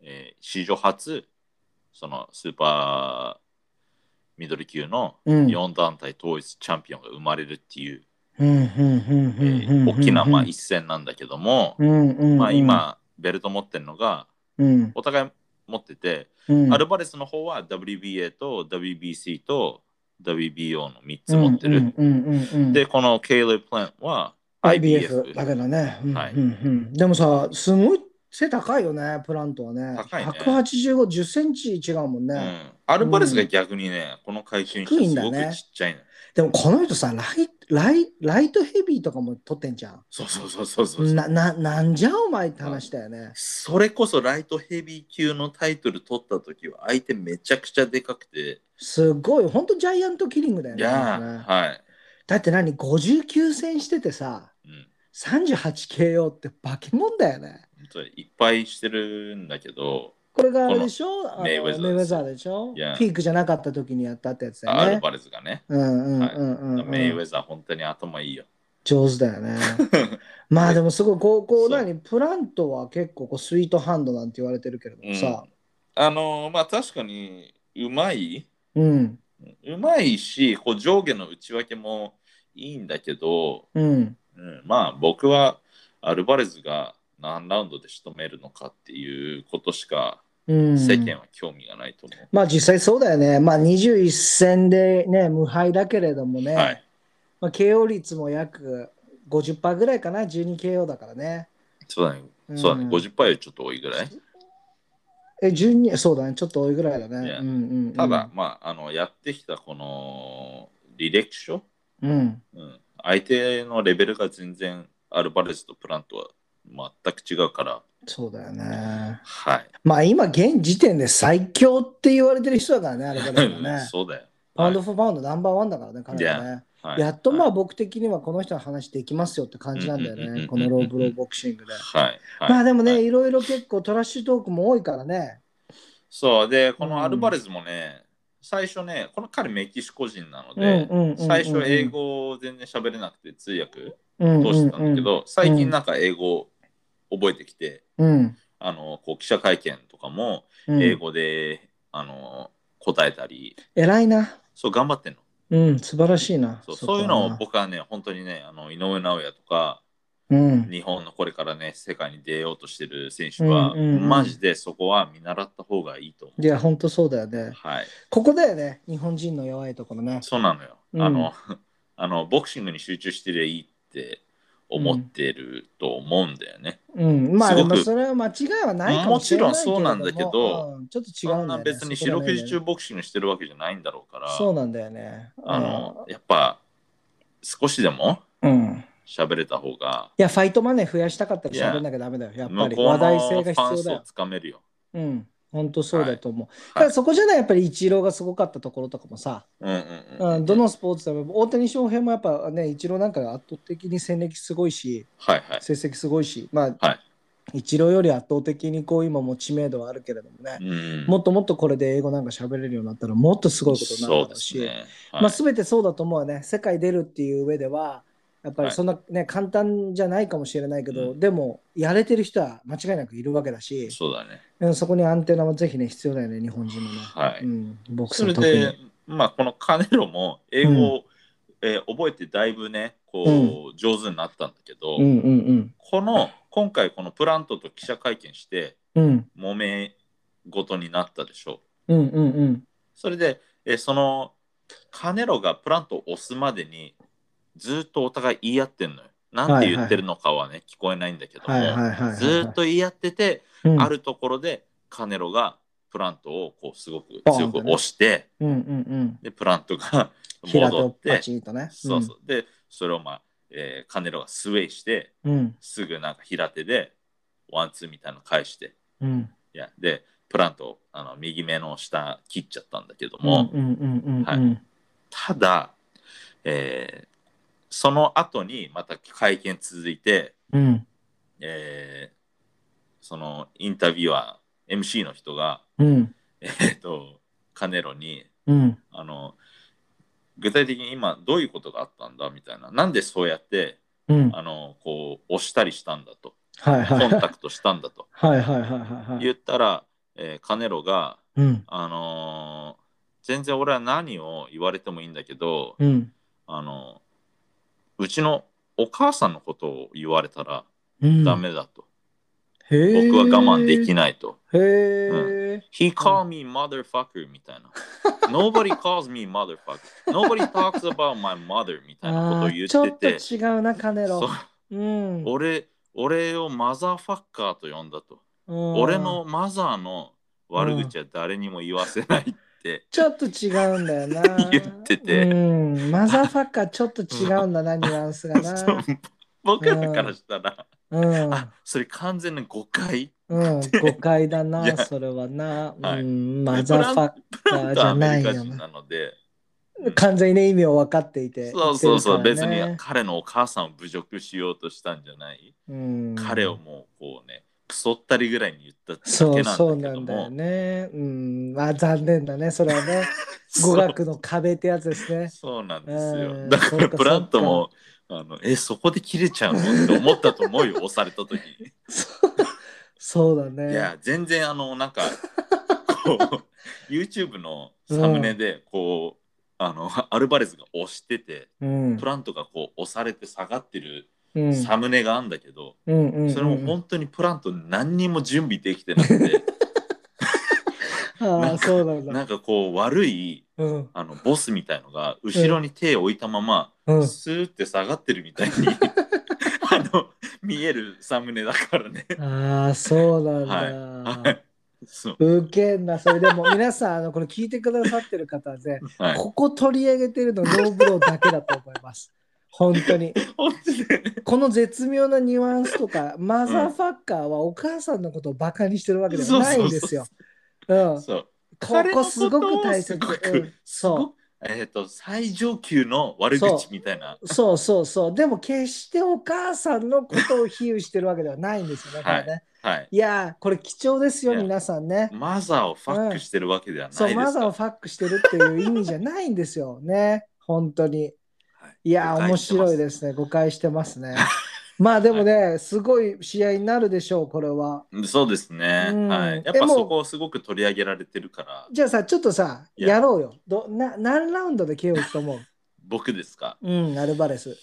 えー史上初、そのスーパーミドル級のうん4団体統一チャンピオンが生まれるっていう、うんうんうんえーうんうん大きなまあ一戦なんだけども、うんうんうんまあ、今、ベルト持ってるのが、うんお互い持ってて、うんアルバレスの方は WBA と WBC と WBO の3つ持ってる。うんうんうんうんうんで、このケイレブ・プランは IBF IBF。だけどね、うんはいうんうんでもさすごい背高いよねプラントはね高いね185、10センチ違うもんうね、ん、アルバレスが逆にね、この階級にしてすごくちっちゃいの。でもこの人さライライライトヘビーとかも取ってんじゃんそうそうそうそうそう。なななんじゃお前って話だよねそれこそライトヘビー級のタイトル取った時は相手めちゃくちゃでかくて、すごい本当ジャイアントキリングだよいねやなんー、かねはい。だって何59戦しててさうん、 38KO って化け物だよね本当にいっぱいしてるんだけど、これがあれでしょあのメメイイウウェェザーですザーでしょいやピークじゃなかった時にやったってやつだアよルねバレスがね、うんうんうんうんうんメイウェザー本当に頭いいよ。上手だよ [LAUGHS] ね。まあでもすごいこうこうそう何プラントは結構こうスイートハンドなんて言われてるけれどもさ、あのーまあ確かにうまい、うんうまいし、こう上下の内訳もいいんだけど、うんうん、まあ僕はアルバレスが何ラウンドで仕留めるのかっていうことしかうん。世間は興味がないと思う。まあ実際そうだよね。まあ21戦でね無敗だけれどもね、はい。まあ KO 率も約50%ぐらいかな 12KO だからね。そうだね。うんそうだね。50杯よりちょっと多いぐらい。え12そうだねちょっと多いぐらいだね。 Yeah. うんうんうんただ、まあ、あの、やってきたこの履歴書、うんうん、相手のレベルが全然アルバレスとプラントは全く違うから、そうだよね。はい。まあ今現時点で最強って言われてる人だからねあれだからね。 [LAUGHS] そうだよ。パウンド・はいフォー・パウンドナンバーワンだからね、彼はね。はいやっとまはあ僕的にはこの人の話できますよって感じなんだようんうんうんうんうね、んこのローブローボクシングでい。。はい。はいまあでもはね、いいろいろ結構トラッシュトークも多いからね。そうで、こうのんアルバレスもね、最初ね、この彼メキシコ人なのうんうんで、うんうん最初英語を全然喋れなくて通訳うん通してたんだけど、最う近んなんか英語を覚えてきて、うんあのこう記者会見とかもうん英語で、あの答えたり、偉いな。そう頑張ってんの。うん、素晴らしいな。そうこはそういうのを僕はね、本当にね、あの井上尚弥とか、うん。日本のこれからね、世界に出ようとしてる選手は、うんうんうんマジでそこは見習った方がいいと思いや、本当そうだよねう。。はい。ここだよね、日本人の弱いところね。そうなのよ。うんあの、 [LAUGHS] あのボクシングに集中してりゃいいって思ってると思うんだよね。うん、まあでもすごくそれは間違いはないかもしれないけれどももちろんそうなんだけど、うんちょっと違そうんんだなよね。別に四そこ六がね時中ボクシングしてるわけじゃないんだろうから、そうなんだよね。あの、やっぱ少しでもうん。喋れた方が、いや、ファイトマネー増やしたかったら喋んなきゃダメだよ。やっぱ向りこう話題性のフが必ァ要ンだ層をよ。つかめるよ。うん。本当そうだと思う。いただそこじゃない、やっぱりイチローがすごかったところとかもさ、うんうんうん。うん、どのスポーツでも大谷翔平もやっぱね、イチローなんかが圧倒的に戦歴すごいし、はいはい。成績すごいし、まあ、はイチローより圧倒的にこう今も知名度はあるけれどもね、い。うん。もっともっとこれで英語なんか喋れるようになったら、もっとすごいことになるそだうろでうすし、ね。はいまあ、全てそうだと思うよね世界出るっていう上ではやっぱりはいそんな、ね簡単じゃないかもしれないけど、うでもやれてる人は間違いなくいるわけだしそうだね。うんそこにアンテナもぜひね必要だよね日本人もね、はいうん、ボクサそーれ特にで、まあ、このカネロも英語を、えー覚えてだいぶね、こう、上手になったんだけど、うんうんこの今回このプラントと記者会見してうんうん揉め事になったでしょうんうんうんそれでえーそのカネロがプラントを押すまでにずっとお互い言い合ってんのよなんて言ってるのかはね、聞こえないんだけども、はいはいはいはいはいずーっと言い合ってて、うんあるところでカネロがプラントをこうすごく強く押して、うんうんうんでプラントが [LAUGHS] 平手戻をっパてチンとねそうそうでそれを、まあえーカネロがスウェイしてうんすぐなんか平手でワンツーみたいなの返してうんいやでプラントあの右目の下切っちゃったんだけどうんも、うんうんうんはいただ、えーその後にまた会見続いて、うんえーそのインタビュアー MC の人が、うんえー、とカネロにうんあの具体的に今どういうことがあったんだみたいななんでそうやってうんあのこう押したりしたんだとはいコはいンはいタクトしたんだとはいはいはいはいはい言ったら、えーカネロが、うんあのー全然俺は何を言われてもいいんだけど、うんあのうちのお母さんのことを言われたらうんダメだと、へー僕は我慢できないと、へー He called me motherfucker [LAUGHS] みたいな Nobody calls me motherfucker Nobody talks about my mother みたいなことをあ言ーっちょてっとて違うなカネそうロうん俺俺をマザーファッカーと呼んだと俺俺のマザーの悪口は誰にも言わせないってちょっと違うんだよ [LAUGHS] な言っててうんマザーファッカーちょっと違うんだなニュアンスが [LAUGHS] [LAUGHS] そうな僕らからしたら、うんあそれ完全に誤解うん誤解だいやなそれはなはういんマザーファッカーじゃアなメいリカよ人ななので。完全にね意味を分かっていてそうそうそう、言って別るからにね彼のお母さんを侮辱しようとしたんじゃない、うん彼をもうこうね、くそったりぐらいに言ったってだそけうそうななんんだだけどよも。ねうんまあ残念だねそれはね [LAUGHS] そ語う学の壁ってやつですねそうなんですうよ。んだかそらっかプラントも、あのえ、そこで切れちゃうのって思ったと思うよ、押された時に。そうそうだねいや、全然あの、なんか、こう、YouTube のサムネで、こう、あのアルバレスが押しててうんプラントがこう押されて下がってるうんサムネがあるんだけど、うんうんうんそれも本当にプラント何にも準備できてなくてあな [LAUGHS] あんかそうなんだなんかこう悪いうんあのボスみたいのが後ろに手を置いたまま、うんスーって下がってるみたい [LAUGHS] にあの見えるサムネだからね。ああそうなんだ、はい、そうウケんなそれでも皆さんあのこれ聞いてくださってる方はね、はい、ここ取り上げてるのノーブローだけだと思います [LAUGHS] 本当に本当にこの絶妙なニュアンスとかマザーファッカーはお母さんのことをバカにしてるわけではないんですよ。うん、そうここすごく大切、彼のことをすうごくん、そえっ、と最上級の悪口みたいなうそうそうそうでも決してお母さんのことを比喩してるわけではないんですよね。はいこれねはいいやーこれ貴重ですよいや皆さんね。マザーをファックしてるわけではないですそからう、マザーをファックしてるっていう意味じゃないんです [LAUGHS] よね、本当に。はいいやー、誤解面してます白いですね、誤解してます [LAUGHS] ね。まあでもね、すごい試合になるでしょう、これは。そうですね、うんはい。やっえぱもうそこをすごく取り上げられてるから、じゃあさ、ちょっとさ、いややろうよ。どな何ラウンドで KO いくと思う僕ですか。うん、アルバレス。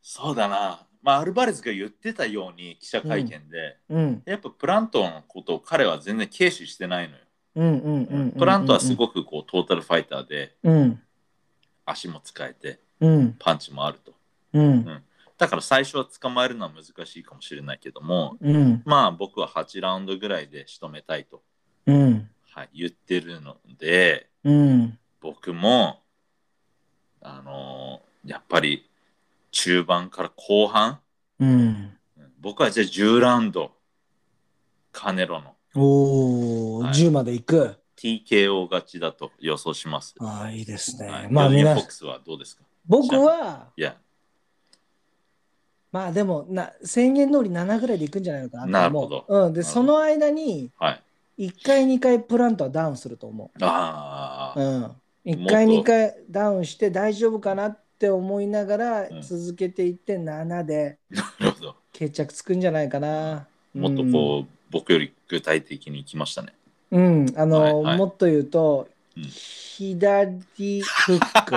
そうだな。まあ、アルバレスが言ってたように記者会見で、うん、やっぱプラントのことを彼は全然軽視してないのよ。うん、うんうんうんうん。プラントはすごくこうトータルファイターでうん、足も使えてうん、パンチもあると。うん、だから最初は捕まえるのは難しいかもしれないけども、うん、まあ僕は8ラウンドぐらいで仕留めたいと、うん、はい、言ってるので、うん。僕も、あのーやっぱり中盤から後半、うん、うん僕はじゃあ10ラウンド、カネロのおー、はい10までいく。 TKO 勝ちだと予想します。ああ、いいですね。はい、まあ、ヨニ皆アさんフォッ、クスはどうですか僕は、いや、まあでもな宣言通り7ぐらいでいくんじゃないのかなと思う。なるほうん、でなるほそどの間にはい。 1回2回プラントはダウンすると思あう。うあ、ん、1も回っ2と回ダウンして大丈夫かなって思いながらうん続けていって7でなるほど。決着つくんじゃないかな。もっとこう、僕より具体的に来ましたね。うん、うん、あの、はいはいもっと言うと、うん [LAUGHS] 左フック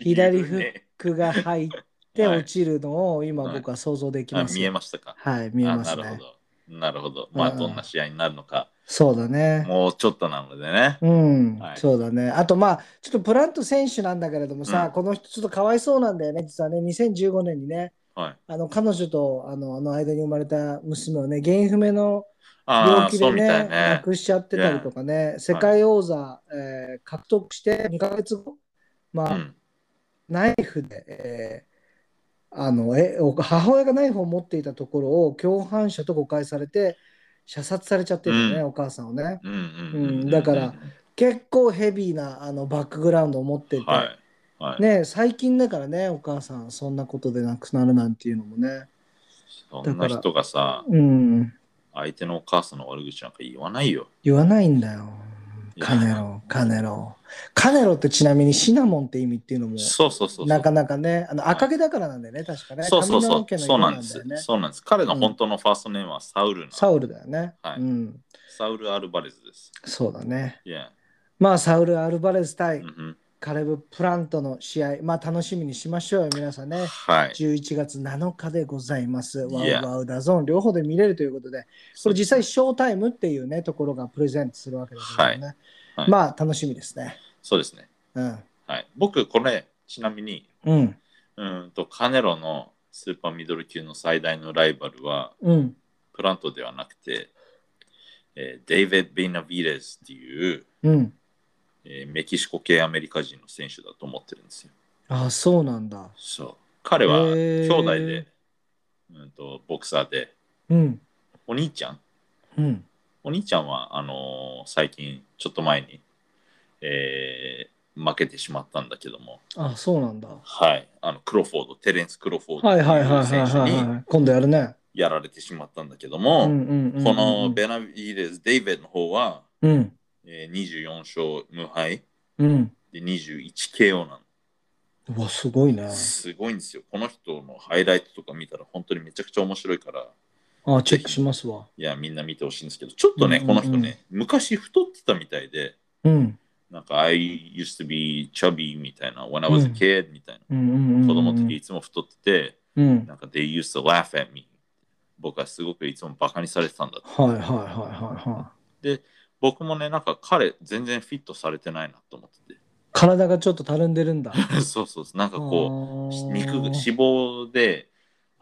左フックが入ってはい落ちるのを今はい僕は想像できあます。見えましたか。はい、見えますあなるねほ。ど。なるほど。まあ、うんどんな試合になるのか、そうだね。もうちょっとなのでね。うん、はいそうだね。あとまあ、ちょっとプラント選手なんだけれどもさ、うんこの人ちょっとかわいそうなんだよね、実はね、2015年にね、はい。あの彼女とあのあの間に生まれた娘をね、原因不明のあ病あ、気そでうみたね、い亡ね。くしちゃってたりとかね、世界王座、えー獲得して2ヶ月後、まうあ、ん。ナイフで、えーあのえお母親がナイフを持っていたところを共犯者と誤解されて、射殺されちゃってるよね、うんお母さんをね。うんうんうんだから、結構ヘビーなあのバックグラウンドを持ってて、はい。はい。ね、最近だからねお母さんそんなことで亡くなるなんていうのもねそんな人がさ、うん相手のお母さんの悪口なんか言わないよ。言わないんだよいやカネロカネロカネロってちなみにシナモンって意味っていうのもそうそうそうそう。なかなかねあの赤毛だからなんだよね確かねそうそう髪その毛う。のそ色うななんんでだすよ。ねそうなんです。彼のうん本当のファーストネームはサウルな。サウルだよね、はいうんサウル・アルバレズです。そうだね Yeah. まあサウル・アルバレス対うんカレブ・プラントの試合まあ楽しみにしましょうよ皆さんうねんはい。 11月7日でございます。ワウ Yeah ワウダゾーン両方で見れるということで、これ実際ショータイムっていうね、ところがプレゼントするわけですからね。はいまあ楽しみですね。そうですね。うん。はい。僕、これ、ちなみに、うん。うーんと、カネロのスーパーミドル級の最大のライバルは、うん。プラントではなくて、えーデイビッド・ベイナビレスっていう、うん。えーメキシコ系アメリカ人の選手だと思ってるんですよ。ああ、そうなんだ。そう。彼はへー兄弟で、うんと、ボクサーで、うん。お兄ちゃんうん。お兄ちゃんは、あのー最近、ちょっと前に、えー負けてしまったんだけども、ああ、そうなんだ。はい、あのクロフォード、テレンス・クロフォードはいはいはいとはいいう選はい、手にはい。今度やるね。やられてしまったんだけどうも、んうんうん。このベナビーレス・デイベッドの方は、うん。えー24勝無敗うん。で 21KO なうわ、すごいねの。。すごいんですよ。この人のハイライトとか見たら本当にめちゃくちゃ面白いから、ああ、チェックしますわ。いや、みんな見てほしいんですけど、ちょっとね、うんうんうんこの人ね、昔太ってたみたいで、うん。なんか、I used to be chubby みたいな、when I was a kid みたいうんうんうんうな、ん。子供の時いつも太ってて、うん。なんか、they used to laugh at me。僕はすごくいつもバカにされてたんだって。はいはいはいはいはい。僕もね、なんか彼全然フィットされてないなと思って体がちょっとたるんでるんだ。て。 [LAUGHS] そうそうそう、なんかこう、肉が脂し肪で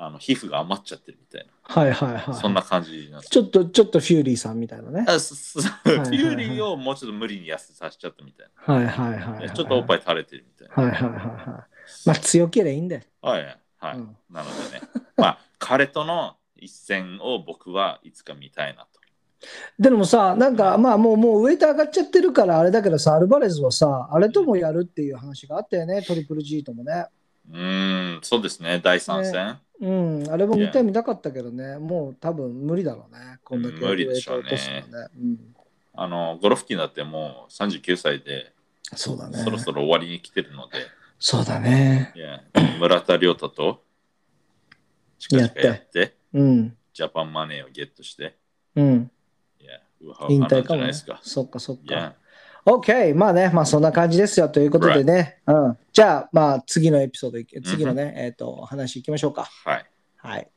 あの皮膚が余っちゃってるみたいはいはいな、はい。そんな感じなんです。ちょっと、ちょっとフューリーさんみたいなね。あそそいはいフ [LAUGHS] ューリーをもうちょっと無理に痩せさせちゃったみたいはいはいはい、はな。い。ちょっとおっぱい垂れてるみたいはいはいはいはい。まあ強ければいいんだよ。な。はいはい。はいうんなのでね、 [LAUGHS] まあ、彼との一戦を僕はいつか見たいなと。でもさ、なんかまあもうもうウエイト上がっちゃってるからあれだけどさ、アルバレスはさ、あれともやるっていう話があったよね、トリプル G ともね。うーん、そうですね、第3戦。うん、あれも見たい見たかったけどね、もう多分無理だろうね、こんだけ無ウ理エでイしトょうね落とすのはね。うん、あの、ゴロフキンだってもう39歳で、そうだね。そろそろ終わりに来てるので、そうだね。いや村田亮太と近々ややっ、ってうん、ジャパンマネーをゲットして、うん、いや、ウハウ引ハな退んじかゃも、ないね。ですか。そっかそっいかや。、 OK! まあね、まあそんな感じですよということでね。うん、じゃあ、まあ次のエピソードいけ、次のね、えっ、と、お話いきましょうか。はい。はい。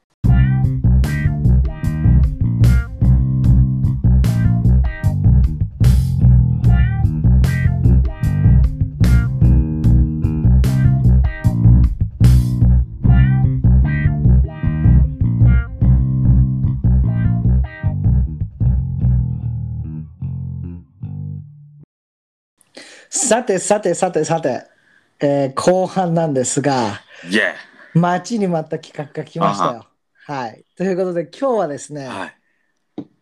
さてさてさてさて、えー後半なんですが、イェ待ちに待った企画が来ましたよ。はい、ということで今日はですね、ーはい。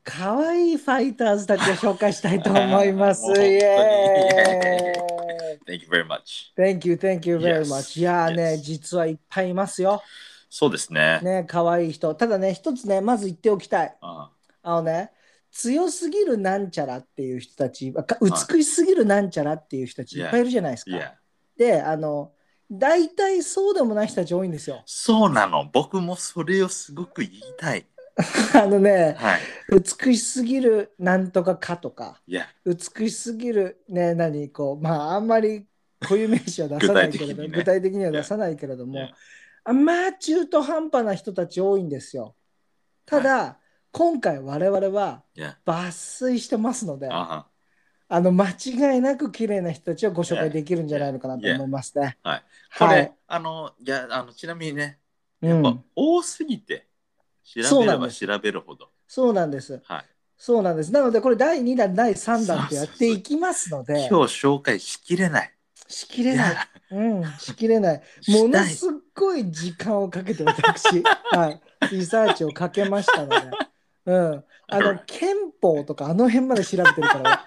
可愛いファイターズたちを紹介したいと思います。 [LAUGHS] もうイ本当にエ [LAUGHS] ーイ Thank you very much. Thank you, thank you very much. Yes. いやーね、 Yes. 実はいっぱいいますよ。そうですね。ね、可愛い人。ただね、一つね、まず言っておきたい。ああのね、強すぎるなんちゃらっていう人たち、か美しすぎるなんちゃらっていう人たちいっぱいいるじゃないですいか。や、。で、あの、大体そうでもない人たち多いんですよ [LAUGHS] そうなの。僕もそれをすごく言いたい。あのね、はい。美しすぎるなんとかかとか。いや、美しすぎるね何こうまああんまり固有名詞は出さないけれど具体的にね具体的には出さないけれども、 Yeah. あまあ中途半端な人たち多いんですよ。ただ、今回我々は Yeah. 抜粋してますので、 Uh huh. あの間違いなく綺麗な人たちをご紹介できるんじゃないのかなと思いますね。はい。こはれ、い。あの、いや、あの、ちなみにね、うやっぱん、多すぎて、調そうべれなんばです調べるほど。そうなんです。はい。そうなんです。なので、これ第2弾、第3弾ってやっていきますの今で日、紹介しきれない。しきれいない。や、うん、しきれない。も [LAUGHS] しのたい。すっごい時間をかけて [LAUGHS] 私、はい、リサーチをかけましたので、うん、あの Alright 憲法とかあの辺まで調べてる [LAUGHS] から、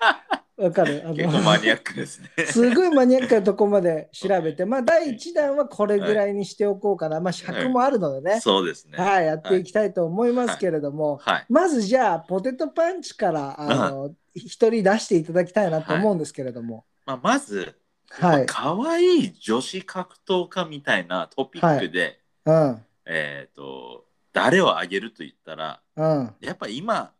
わかるあの結構マニアックですね。すごいマニアックなとこまで調べて、まあ、第1弾はこれぐらいにしておこうかな、まあ、尺もあるのでね、そうですね。はい、やっていきたいと思いますけれども、はい。まずじゃあ、ポテトパンチから、あの、一人出していただきたいなと思うんですけれども、まあ、まず、はい、可愛い女子格闘家みたいなトピックで、うん、えっ、と、誰をあげると言ったら、うん、やっぱ今、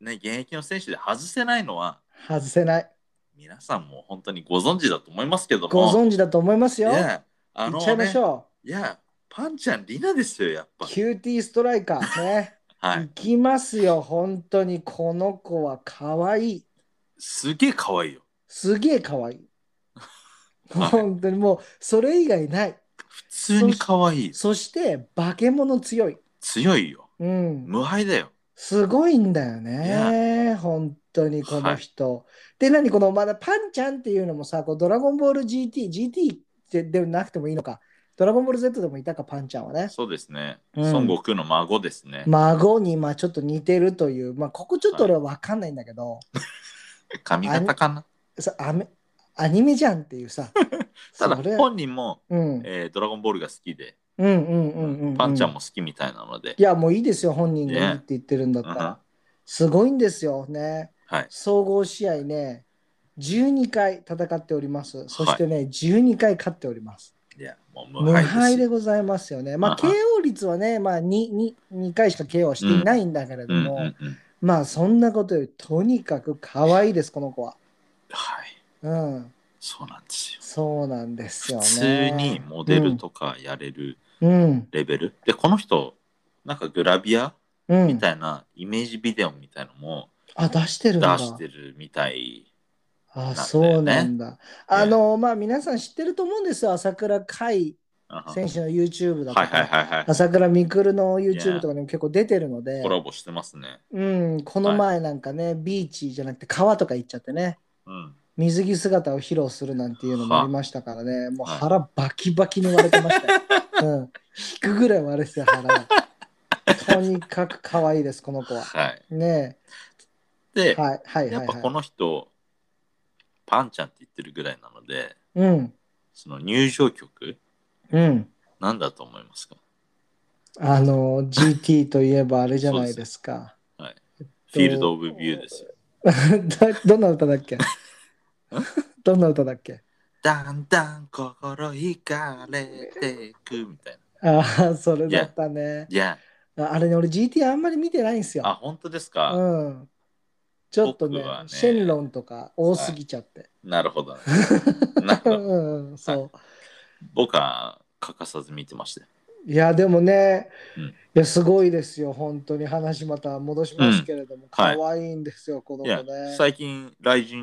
ね、現役の選手で外せないのは、外せない。皆さんも本当にご存知だと思いますけども、ご存知だと思いますいよ。や、あ行の、っちゃいまねし、ょいや、パンちゃん、リナですよ、やっう。ぱ。キューティーストライカーね。はいい。きますよ、本当に。この子は可愛い。すげえ可愛いよ。すげえ可愛い。はい本当にもう、それ以外ない。普通に可愛い。そして、化け物強い。強いよ。うん。無敗だよ。すごいんだよね。本当にこの人。で、何この、まだパンちゃんっていうのもさ、こうドラゴンボール GT、GT ででなくてもいいのか。ドラゴンボール Z でもいたか、パンちゃんはね。そうですね。うん孫悟空の孫ですね。孫にまあちょっと似てるという、まあ、ここちょっと俺は分かんないんだけど、髪型かな。さアメアニメじゃんっていうさただそれ、本人も、うん、えードラゴンボールが好きで、うんうんうんうんパンちゃんも好きみたいなのでい。やもういいですよ本人がいいねって言ってるんだったら、うんすごいんですよねはい。総合試合ね12回戦っておりますそしてね、12回勝っておりますいや、もう無無敗ですよ。敗でございますよねまあうんうん KO 率はね、まあ、2, 2, 2回しか KO していないんだけれどうんうんも、うん。まあそんなことよりとにかく可愛いですこの子ははい。うんそうなんですよ。そうなんですよ普ね。通にモデルとかやれるうん、レベル。で、この人、なんかグラビアうん、みたいなイメージビデオみたいのもあ、出してる出んだ。してるみたい。あ、んだよねそうなんだ。あの、まあ、皆さん知ってると思うんですよ。朝倉海うんはい選手の YouTube だとはいか、はいはい。朝倉未来の Yeah YouTube とかにも結構出てるのでコ、ラボしてますね。うん、この前なんかね、ビーチじゃなくて川とか行っちゃってね、うん。水着姿を披露するなんていうのもはありましたからね、もうはい腹バキバキに割れてましたよ。うん、引くぐらい割れてた腹が。とにかく可愛いです、この子は。はい。ねえ、で、はい、はい、やはっい、ぱこはの人、パンちゃんって言ってるぐらいなので、い。うん、その入場曲、うん。なんだと思いますかあの GT といえばあれじゃないですか。 [LAUGHS] フィールド・オブ・ビューですよ。だどんな歌だっ [LAUGHS] けどんな歌だっけだんだん心惹かれてくみたいな。ああ、それだったね。いや、ああれね、俺 GT あんまり見てないんですあ、よ。本当ですか、うん、ちょっとね僕はねシェンロンとか多すぎちゃって。なる [LAUGHS] ほど。なるほうんど。うんうん、そう。僕は欠かさず見てましたよ。いや、でもね、うんいや、すごいですよ。本当に話また戻しますけれども、可はい愛、い、んですよ、このい子やね。、最近、雷神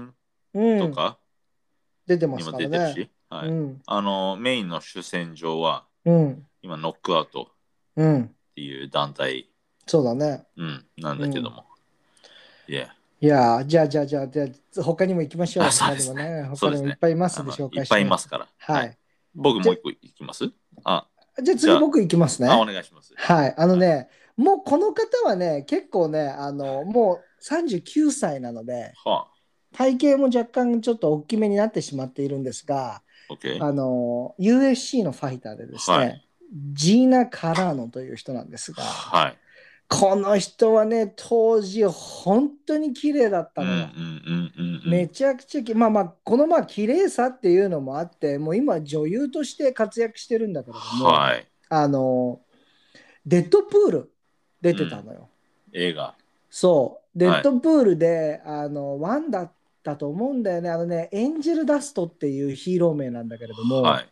うとん、か出てまにすかも出らてるし、ね。はい、うん、あの、メインの主戦場は、うん、今、ノックアウトっうん。ていう団体、そうだね。うん、なんだけども。いや、いやーじゃあじゃあじゃあじゃあ他にも行きましょう。あそうです他にもね。そ他うでにすもねいっぱいいまあすんでの紹い介っしてぱいいますから。はい。僕もう一個いきますあ、じゃあじゃ次あ僕行きますね。あ、お願いします。はい。あのね、もうこの方はね、結構ね、あの、もう39歳なので、は体型も若干ちょっと大きめになってしまっているんですが、あ、OK。あの、UFC のファイターでですね、はいジーナ・カラーノという人なんですが、はい。この人はね、当時本当に綺麗だったうんうのんよ。うんうんうめん。ちゃくちゃき、まあまあ、このまあ綺麗さっていうのもあって、もう今、女優として活躍してるんだけれども、はい。あの、デッドプール出てたのよ。映画。そう、デはいッドプールで、あの、ワンだったと思うんだよね、あのね、エンジェルダストっていうヒーロー名なんだけれども、はい。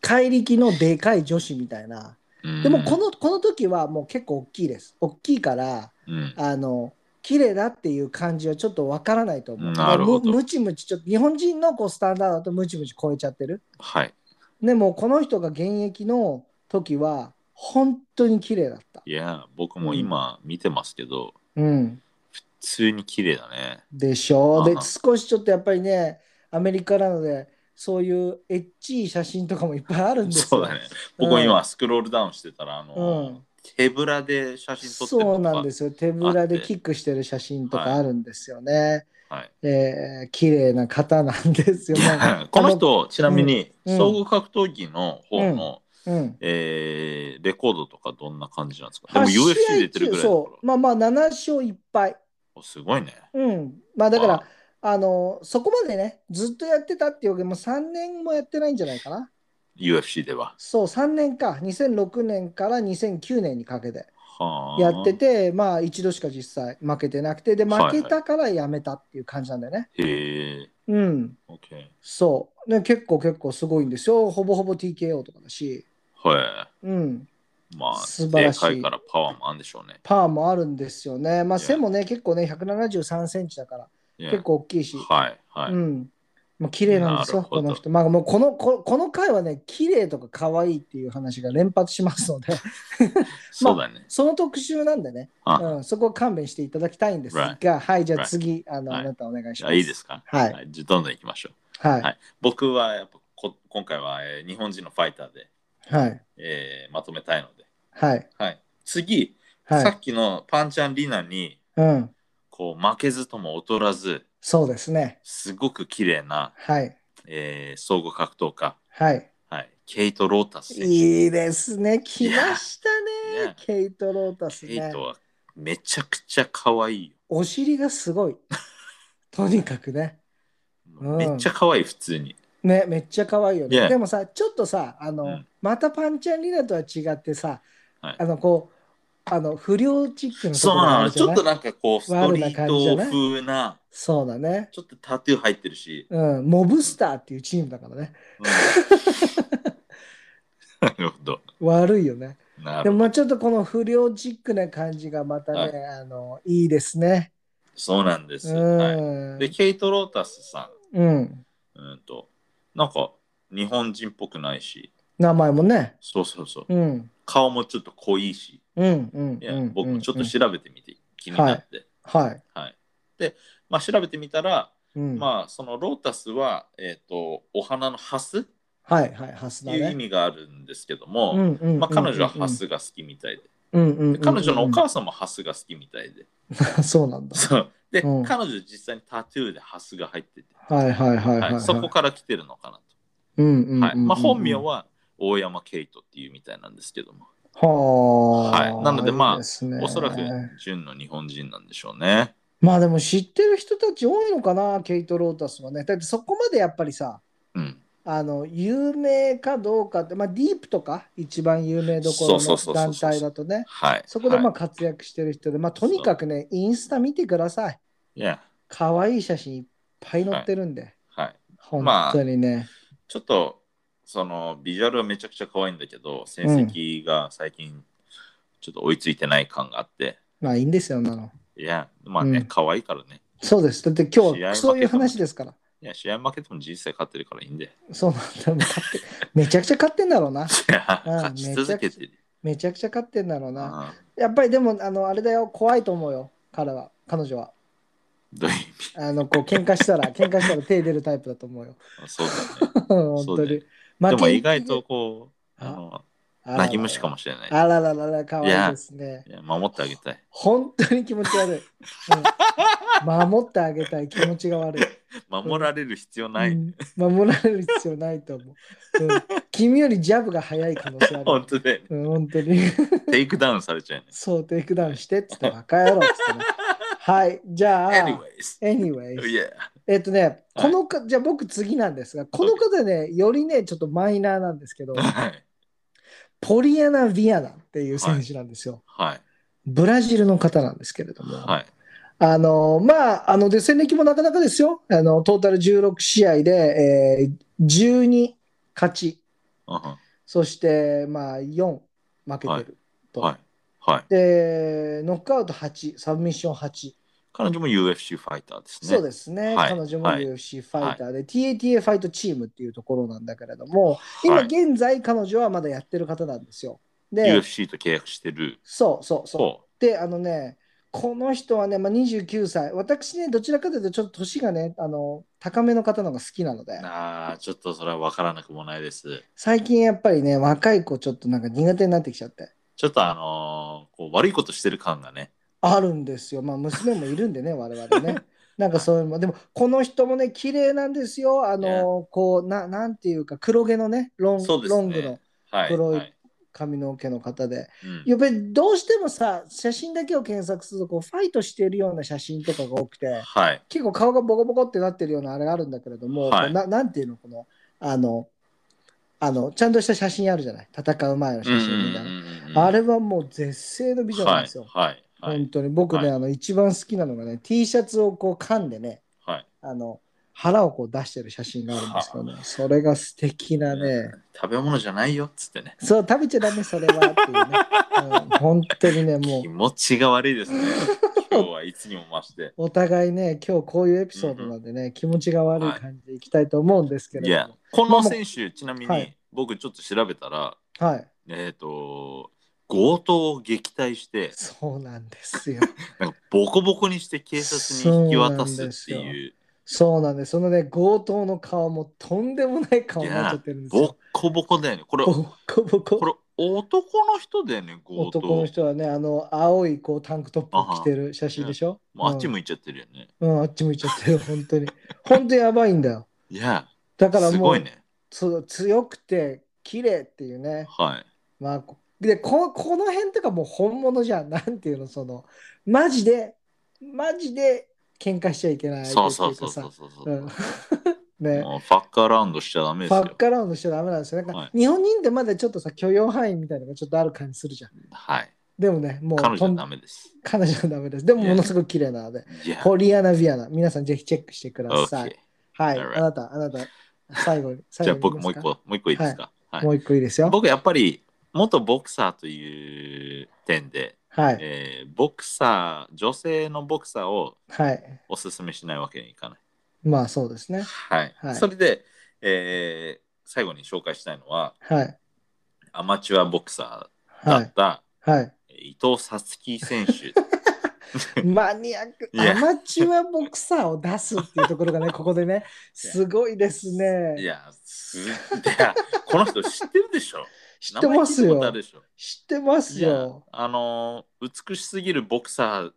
怪力のでかい女子みたいな。でもこのこの時はもう結構大きいです。大きいから、うん、あの綺麗だっていう感じはちょっとわからないと思う。なるほどむムチムチちょっと日本人のこうスタンダードだとムチムチ超えちゃってる。はい。でもこの人が現役の時は本当に綺麗だった。いや、僕も今見てますけど、うん、普通に綺麗だね。でしょう。であは少しちょっとやっぱりねアメリカなのでそういうエッチい写真とかもいっぱいあるんですよ。そうだね。僕も今スクロールダウンしてたら、あの、うん手ぶらで写真撮ってる。そうなんですすよ手ぶらであってキックしてる写真とかあるんですよね、はい。えー綺麗な方なんですよいやこの人、ちなみに、うん総合格闘技の方の、うんえーレコードとかどんな感じなんですかで8も試合 UFC 出てるぐらいだそかうまあまあ7勝1敗ら。すごいね。うんまあだからああのそこまでねずっとやってたっていうわけでも3年もやってないんじゃないかな UFC では。そう3年か2006年から2009年にかけてはあやっててまあ一度しか実際負けてなくてではい負けたからやめたっていう感じなんだよね、へえ。うん OK。そう。ね、結構結構すごいんですよ。ほぼほぼ TKO とかだし、はうん、い。まあ、素晴らしいでかいからパワーもあるんでしょうね。パワーもあるんですよね。まあ、いや背もね、結構ね、173センチだから、いや結構大きいし、はい、はい。うん。もう綺麗なんですよ、なるほどこの人。まあ、もうこのここの回はね、綺麗とか可愛いっていう話が連発します [LAUGHS] ので、そうだね。その特集なんでね、あうん、そこは勘弁していただきたいんですが、はい、じゃあ次、あの、はいあなたお願いしじゃまあす。いいですかはいじゃあどんどん行きましょう。はい。はい僕はやっぱこ今回は、えー日本人のファイターで、はい。えーまとめたいので。はい。はい、次、さはい。っきのパンチャンリナにうん。こう負けずとも劣らず、そうですね。すごく綺麗な、はい。えー総合格闘家、はい。はい、ケイト・ロータス選手。いいですね。来ましたいねや。ケイト・ロータスケイねト。はめちゃくちゃ可愛いよ。お尻がす [LAUGHS] ごい。とにかくね。うんめっちゃ可愛い普通に。ね、めっちゃ可愛いよね。いやでもさ、ちょっとさ、あの、うんまたパンチャンリナとは違ってさ、はいあの、こう、あの、不良チックのとこそうろがなあの。るじゃちょなっいとなんかこう、ストリート風な、そうだね。ちょっとタトゥー入ってるし。うん、モブスターっていうチームだからね。 [LAUGHS] うんなるほど。悪いよね。なでるもほどまあちょっとこの不良チックな感じがまたね、はあの、いいですね。そうなんです。うはん。い、で、ケイト・ロータスさうん。ん、うんと、なんか日本人っぽくないし、名前もね。そうそうそう、うん。顔もちょっと濃いし、うんうんいやうん僕もちょっとうん調べてみて気になって、はい、まあ調べてみたら、うんまあそのロータスは、えー、とお花のハスっはいはいハスてだいう意ね。味があるんですけども、うんうんうんまあ、彼女はハスが好きみたいで、うんうんうんうんで彼女のお母さんもハスが好きみたいで、そうなんだ。 [LAUGHS] そうで、うん彼女実際にタトゥーでハスが入ってて、はいはいはいははいいはい。そこから来てるのかなと。うんうんうんうんはいまあ、本名は大山ケイトっていうみたいなんですけども、はあはいなのでまあすねおそらく純の日本人なんでしょうね。まあでも知ってる人たち多いのかなケイト・ロータスはね。だってそこまでやっぱりさうん、あの有名かどうかってまあディープとか一番有名どころそうそのうそうそ団うそう体だとね。はい。そこでまあはい活躍してる人で、まあとにかくねインスタ見てください。いや可愛い写真いっぱい載ってるんで。はい、本まあ当にね。ちょっとそのビジュアルはめちゃくちゃ可愛いんだけど成績が最近ちょっと追いついてない感があって、まあいいんですよ、あんなの。いやまあね、うん可愛いからねそうです。だって今試合日負けたもんそういう話ですから。いや試合負けても人生勝ってるからいいんでそうなんだ。もう勝ってめちゃくちゃ勝ってんだろうな。いやうん [LAUGHS] 勝ち続けてる、めちゃくちゃ勝ってんだろううな。んやっぱりでも、あの、あれだよ、怖いと思うよ。彼は、彼女は。どういう意味あの、こう、喧嘩した [LAUGHS] ら、喧嘩したら手出るタイプだと思うよ。そうだね本そう当だに。よで負もけ意外と、こうあのあららら泣き虫かもしれないあらららら、可愛いですね。いや守ってあげたい本当に気持ち悪い。うん、守ってあげたい気持ちが悪い。守られる必要ない、うん守られる必要ないと思う、うん君よりジャブが早い可能性ある。 [LAUGHS] 本当でうん、本当に。テイクダウンされちゃうねそう、テイクダウンしてっつって、バカ野郎っつ [LAUGHS] ってね。はい、じゃあ、 anyways anyways いやえっとね、このか、じゃあ僕次なんですが、この方ね、よりね、ちょっとマイナーなんです [LAUGHS] けど、はいポリアナ・ビアナっていう選手なんですよ。はいブラジルの方なんですけれども、はいあの、まあ、あの、で、戦歴もなかなかですよ。あの、トータル16試合で、えー12勝ち、はそして、まあ、4負けてるいと、はい。はい。でノックアウト8サブミッション8、彼女も UFC ファイターですね。そうす。ですね、はい彼女もはい UFC ファイターで、TATA ファイトチームっていうところなんだけれども今、はい現在彼女はまだやってる方なんですよで UFC と契約してる。そうそうそうそであのねこの人はね、まあ、29歳私ねどちらかというとちょっと年がねあの高めの方の方が好きなのでう。ああ、ちょっとそれは分からなくもないです。最近やっぱりね若い子ちょっとなんか苦手になってきちゃってちょっとあのーこう悪いことしてる感がね。あるんですよまあ娘もいるんでね我々 [LAUGHS] ねなんかそういうのでもこの人もね綺麗なんですよあねのこうななんていうか黒毛のねロンそうですねロングのはい。黒いはい髪の毛の方でうんやっぱりどうしてもさ写真だけを検索するとこうファイトしているような写真とかが多くてはい。結構顔がボコボコってなってるようなあれがあるんだけれども、はいななんていうのこのあのあのちゃんとした写真あるじゃない戦う前の写真みたいな、あれれはもう絶世の美女なんですよ、はい。はい。はい本当に僕ね、はあの一番好きなのがね T シャツをこう噛んでねはい。あの腹をこう出してる写真があるんですけどねそれが素敵なね食べ物じゃないよっつってね。そう食べちゃダメそれはっていう [LAUGHS] ね、うん本当にねもう気持ちが悪い [LAUGHS] ですね。今日はいつにも増して。お互いね今日こういうエピソードなんでね、気持ちが悪い感じでいきたいと思うんですけれいども、や、この選手、ちなみはにい僕ちょっと調べたら、はいえっ、と、強盗を撃退して、そうなんですよ。なんかボコボコにして警察に引き渡すってそうなんいう、そうなんです。そのね、強盗の顔もとんでもない顔になっちゃってるんですボッよ。コボコだよね。これ、ボこッコボコ。れ男の人だよね、強盗。男の人はね、あの青いこうタンクトップを着てる写真でしょ。もうあっちい向いちゃってるよね。うん、うんあっち向いちゃって [LAUGHS] る、本当に。本当にやばいんだよ。いや、だからすも、ごいうね。そう強くて綺麗っていうね。はい。まあ、こでここの辺とかもう本物じゃん。なんていうの、その、マジで、マジで喧嘩しちゃいけない相そう手そっうていそうかさそうそう。うん [LAUGHS] ね。もうファッカーラウンドしちゃダメですファよ。ッカラウンドしちゃダメなんですよ。なんか、はい日本人ってまだちょっとさ、許容範囲みたいなのがちょっとある感じするじゃん。はい。でもね、もう彼女とはんダメです。彼女はダメです。でもものすごく綺麗なので、いや、ホリアナ・ビアナ、皆さんぜひチェックしてくださ OK い。。はい、 Alright あなた、あなた、最 [LAUGHS] 後に、最じ後ゃあに僕もう一言い個、まもう一個いいですか。すはか。もい。う一個いいですよ。僕やっぱり元ボクサーという点で、はい、えーボクサー、女性のボクサーをはい。おすすめしないわけにはいかない。まあそうですね。はい。はいそれで、えー最後に紹介したいのは、はい、アマチュアボクサーだはっい、た、はい。伊藤さつき選手。マニアック、いやアマチュアボクサーを出すっていうところが [LAUGHS] ね、ここでね、すごいですいね。や、すいやこの人知ってるでしょ。知ってます名前聞いたことあよる。でしょ。知ってますいやよ。あのー美しすぎるボクサーっ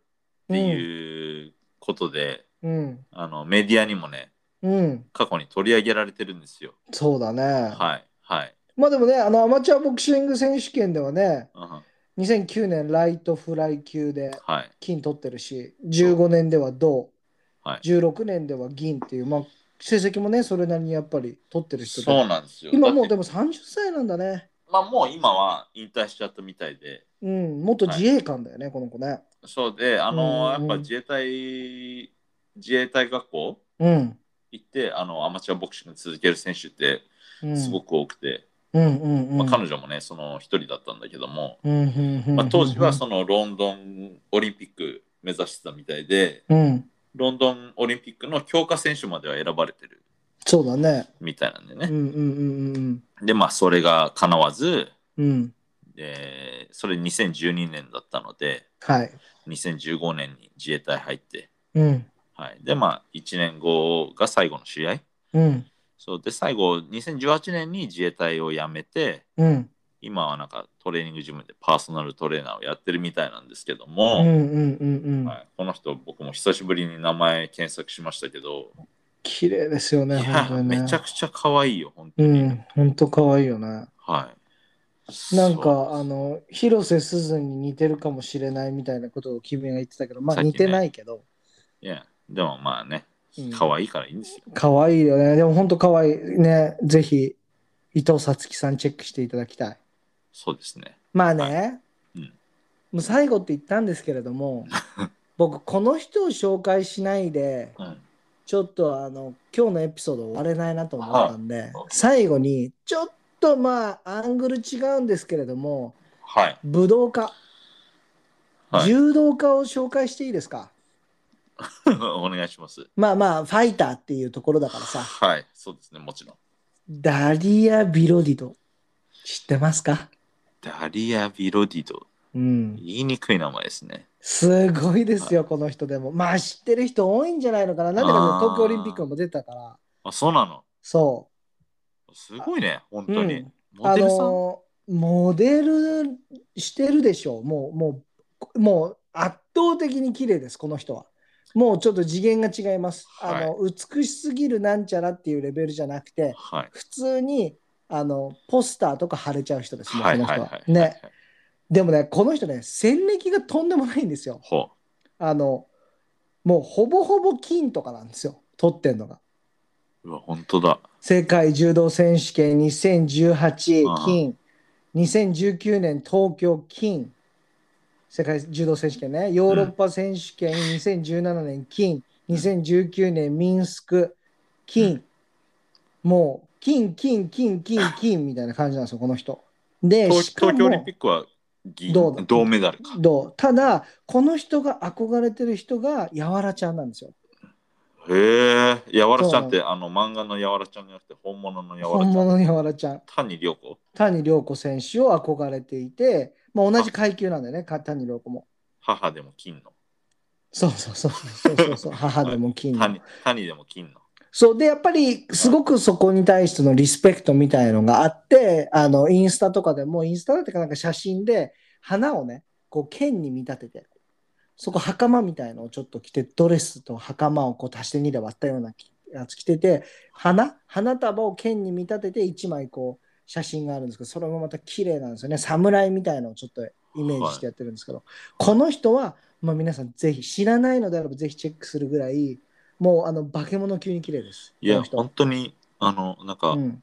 ていうことで、うん、あのメディアにもねうん、過去に取り上げられてるんですよ。そうだね。はいはい。まあでもね、あのアマチュアボクシング選手権ではね、うんはい2009年ライトフライ級ではい金取ってるし、15年では銅、はい16年では銀っていう、まあ、成績もね、それなりにやっぱり取ってる人そうで、なんですよ。今もうだでっても30歳なんだね。まあもう今は引退しちゃったみたいで、うん、元自衛官だよね、この子ね。そうであのうーんうんやっぱ自衛隊自衛隊学校うん、行ってあのアマチュアボクシング続ける選手ってうん、すごく多くて、うんうんうん。まあ、彼女もねその一人だったんだけども、うんうんうんまあ、当時はそのロンドンオリンピック目指してたみたいでうん、ロンドンオリンピックの強化選手までは選ばれてるそうだね。みたいなんでうんね、うんうんうんでまあそれがかなわず、うん。うん、えーそれ2012年だったのではい。 2015年に自衛隊入って、うん、はい、でまあ1年後が最後の試合うん、そうで最後2018年に自衛隊を辞めてうん、今はなんかトレーニングジムでパーソナルトレーナーをやってるみたいなんですけどうん、も、うん、うん、うん。はい、この人僕も久しぶりに名前検索しましたけど、綺麗ですよね、い本や、当にね。めちゃくちゃ可愛いよ本当うに、ん、本当可愛いよね。はいなんそうか、あの、広瀬すずに似てるかもしれないみたいなことを君が言ってたけど、まあさっきね似てないけど。いやでもまあねうん可愛いからいいんですよ、可愛いよね。でも本当可愛いね。ぜひ、伊藤さつきさんチェックしていただきたい。そうですねまあね、はうんもう最後って言ったんですけれど [LAUGHS] も、僕、この人を紹介しないで、うんちょっとあの今日のエピソード終われないなと思ったんで、はい最後にちょっとまあアングル違うんですけれどもはい。 [LAUGHS] 武道家、はい柔道家を紹介していいですかお願いします。まあまあファイターっていうところだからさはい。そうですね、もちろん。ダリア・ビロディド知ってますかダリア・ビロディド。うん言いにくい名前ですね。すごいですよこの人でもまあ知ってる人多いんじゃないのかななんでかというとあー東京オリンピックも出たからあ、そうなの。そすごいね、本う、当うにん。モデルさあん、のーモデルしてるでしょうもうもうもう圧倒的に綺麗ですこの人はもうちょっと次元が違います、はいあの美しすぎるなんちゃらっていうレベルじゃなくてはい。普通にあのポスターとか貼れちゃう人ですね、はいこのはい人は、はい。ね。でもねこの人ね戦歴がとんでもないんですよほあのもうほぼほぼ金とかなんですよ取ってんのがう。うわ、本当だ。世界柔道選手権あ2018あ金2019年東京金世界柔道選手権ねヨーロッパ選手権2017年金、2019年ミンスク金、もう金金金金金みたいな感じなんですよこの人で東しか東京オリもンピックは銀どうだ銅メダルか。どうただこの人が憧れてる人がやわらちゃんなんですよへえ、やわらちゃんっそてあの漫画のやわらちゃんじゃなくて本物のやわら本ちゃん。物のやわらちゃん谷涼子。谷亮子選手を憧れていて、まあ、同じ階級なんだよね、か谷亮子も。母でも金の。そうそうそうそうそうそう、 [LAUGHS] 母でも金の谷。谷でも金の。そうで、やっぱりすごくそこに対してのリスペクトみたいのがあって、あのインスタとかでも、インスタだってかなんか写真で花をね、こう剣に見立てて、そこ袴みたいのをちょっと着て、ドレスと袴をこう足して2で割ったようなやつ着てて、花花束を剣に見立てて1枚こう写真があるんですけどそれもまた綺麗なんですよね侍みたいのをちょっとイメージしてやってるんですけど、この人は、まあ、皆さんぜひ知らないのであればぜひチェックするぐらいもうあの化け物級に綺麗ですいや、この本当に、あの、なんか人、う、ん、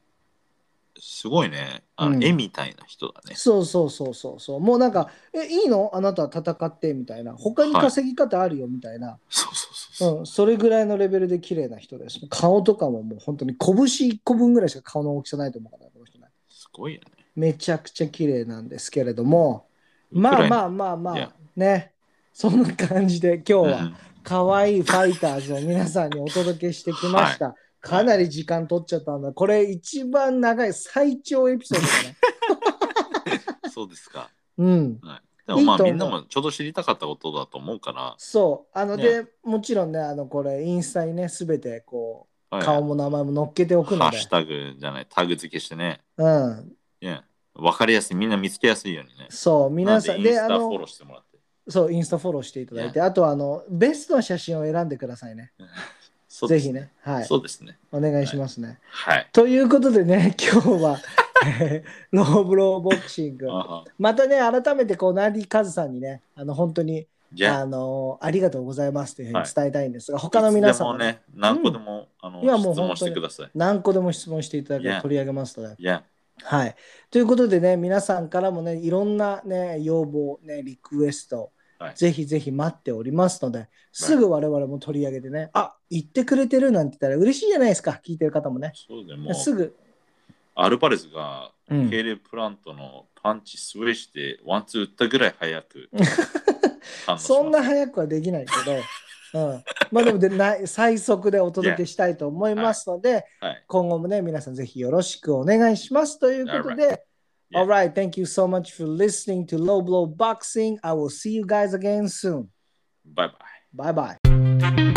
すごいね。あうんの絵みたいな人だね。そうそうそうそうそうもうなんか「えいいのあなたは戦って」みたいな他に稼ぎ方あるよみたいな、そうそうそううん、それぐらいのレベルで綺麗な人です顔とかももう本当に拳1個分ぐらいしか顔の大きさないと思うからこの人ねそう。すごいよね。めちゃくちゃ綺麗なんですけれどもウクまラあイナまあまあまあいやねそんな感じで今日うはん可愛いファイターズを皆さんにお届けしてきました、かなり時間取っちゃったんだこれ一番長い最長エピソードだねそうですか。うんでもまいいあと思みうんなもちょうど知りたかったことだと思うから。そうあので、もちろんねあのこれインスタにね全てこうはい顔も名前も載っけておくのハッでシュタグじゃない、タグ付けしてね。うんねわかりやすい、みんな見つけやすいようにね。そう皆さんなんでインでスあタフォのローしてもらって。そうインスタフォローしていただいてあとはあのベストな写真を選んでくださいねそうでぜすひねはいそうですね。お願いしますね、はい。ということでね、今日 [LAUGHS] は、えーローブローボクシング。ああまたね、改めてこう、ナディカズさんにね、あの、本当に、じゃああ、のありがとうございますというふうにはい伝えたいんですが、他の皆さんもいつねでもね、何個でも、あのいやもう質問して本当くにださい。何個でも質問していただければ Yeah. 取り上げますので。いや、はい。ということでね、皆さんからもね、いろんなね、要望、ね、リクエスト、はいぜひぜひ待っておりますので、すぐ我々も取り上げてね、あ言ってくれてるなんて言ったら嬉しいじゃないですか、聞いてる方もね。そうでもうすぐ。アルバレスが、うんケーレブプラントのパンチスウェイして、ワンツー打ったぐらい早く反応しま [LAUGHS] すそんな早くはできないけど、うん、まあでもでな最速でお届けしたいと思いますので、はい。今後もね、皆さんぜひよろしくお願いしますということで、 All Alright, thank you so much for listening to Low Blow Boxing. I will see you guys again soon. バイバイ。 Bye bye.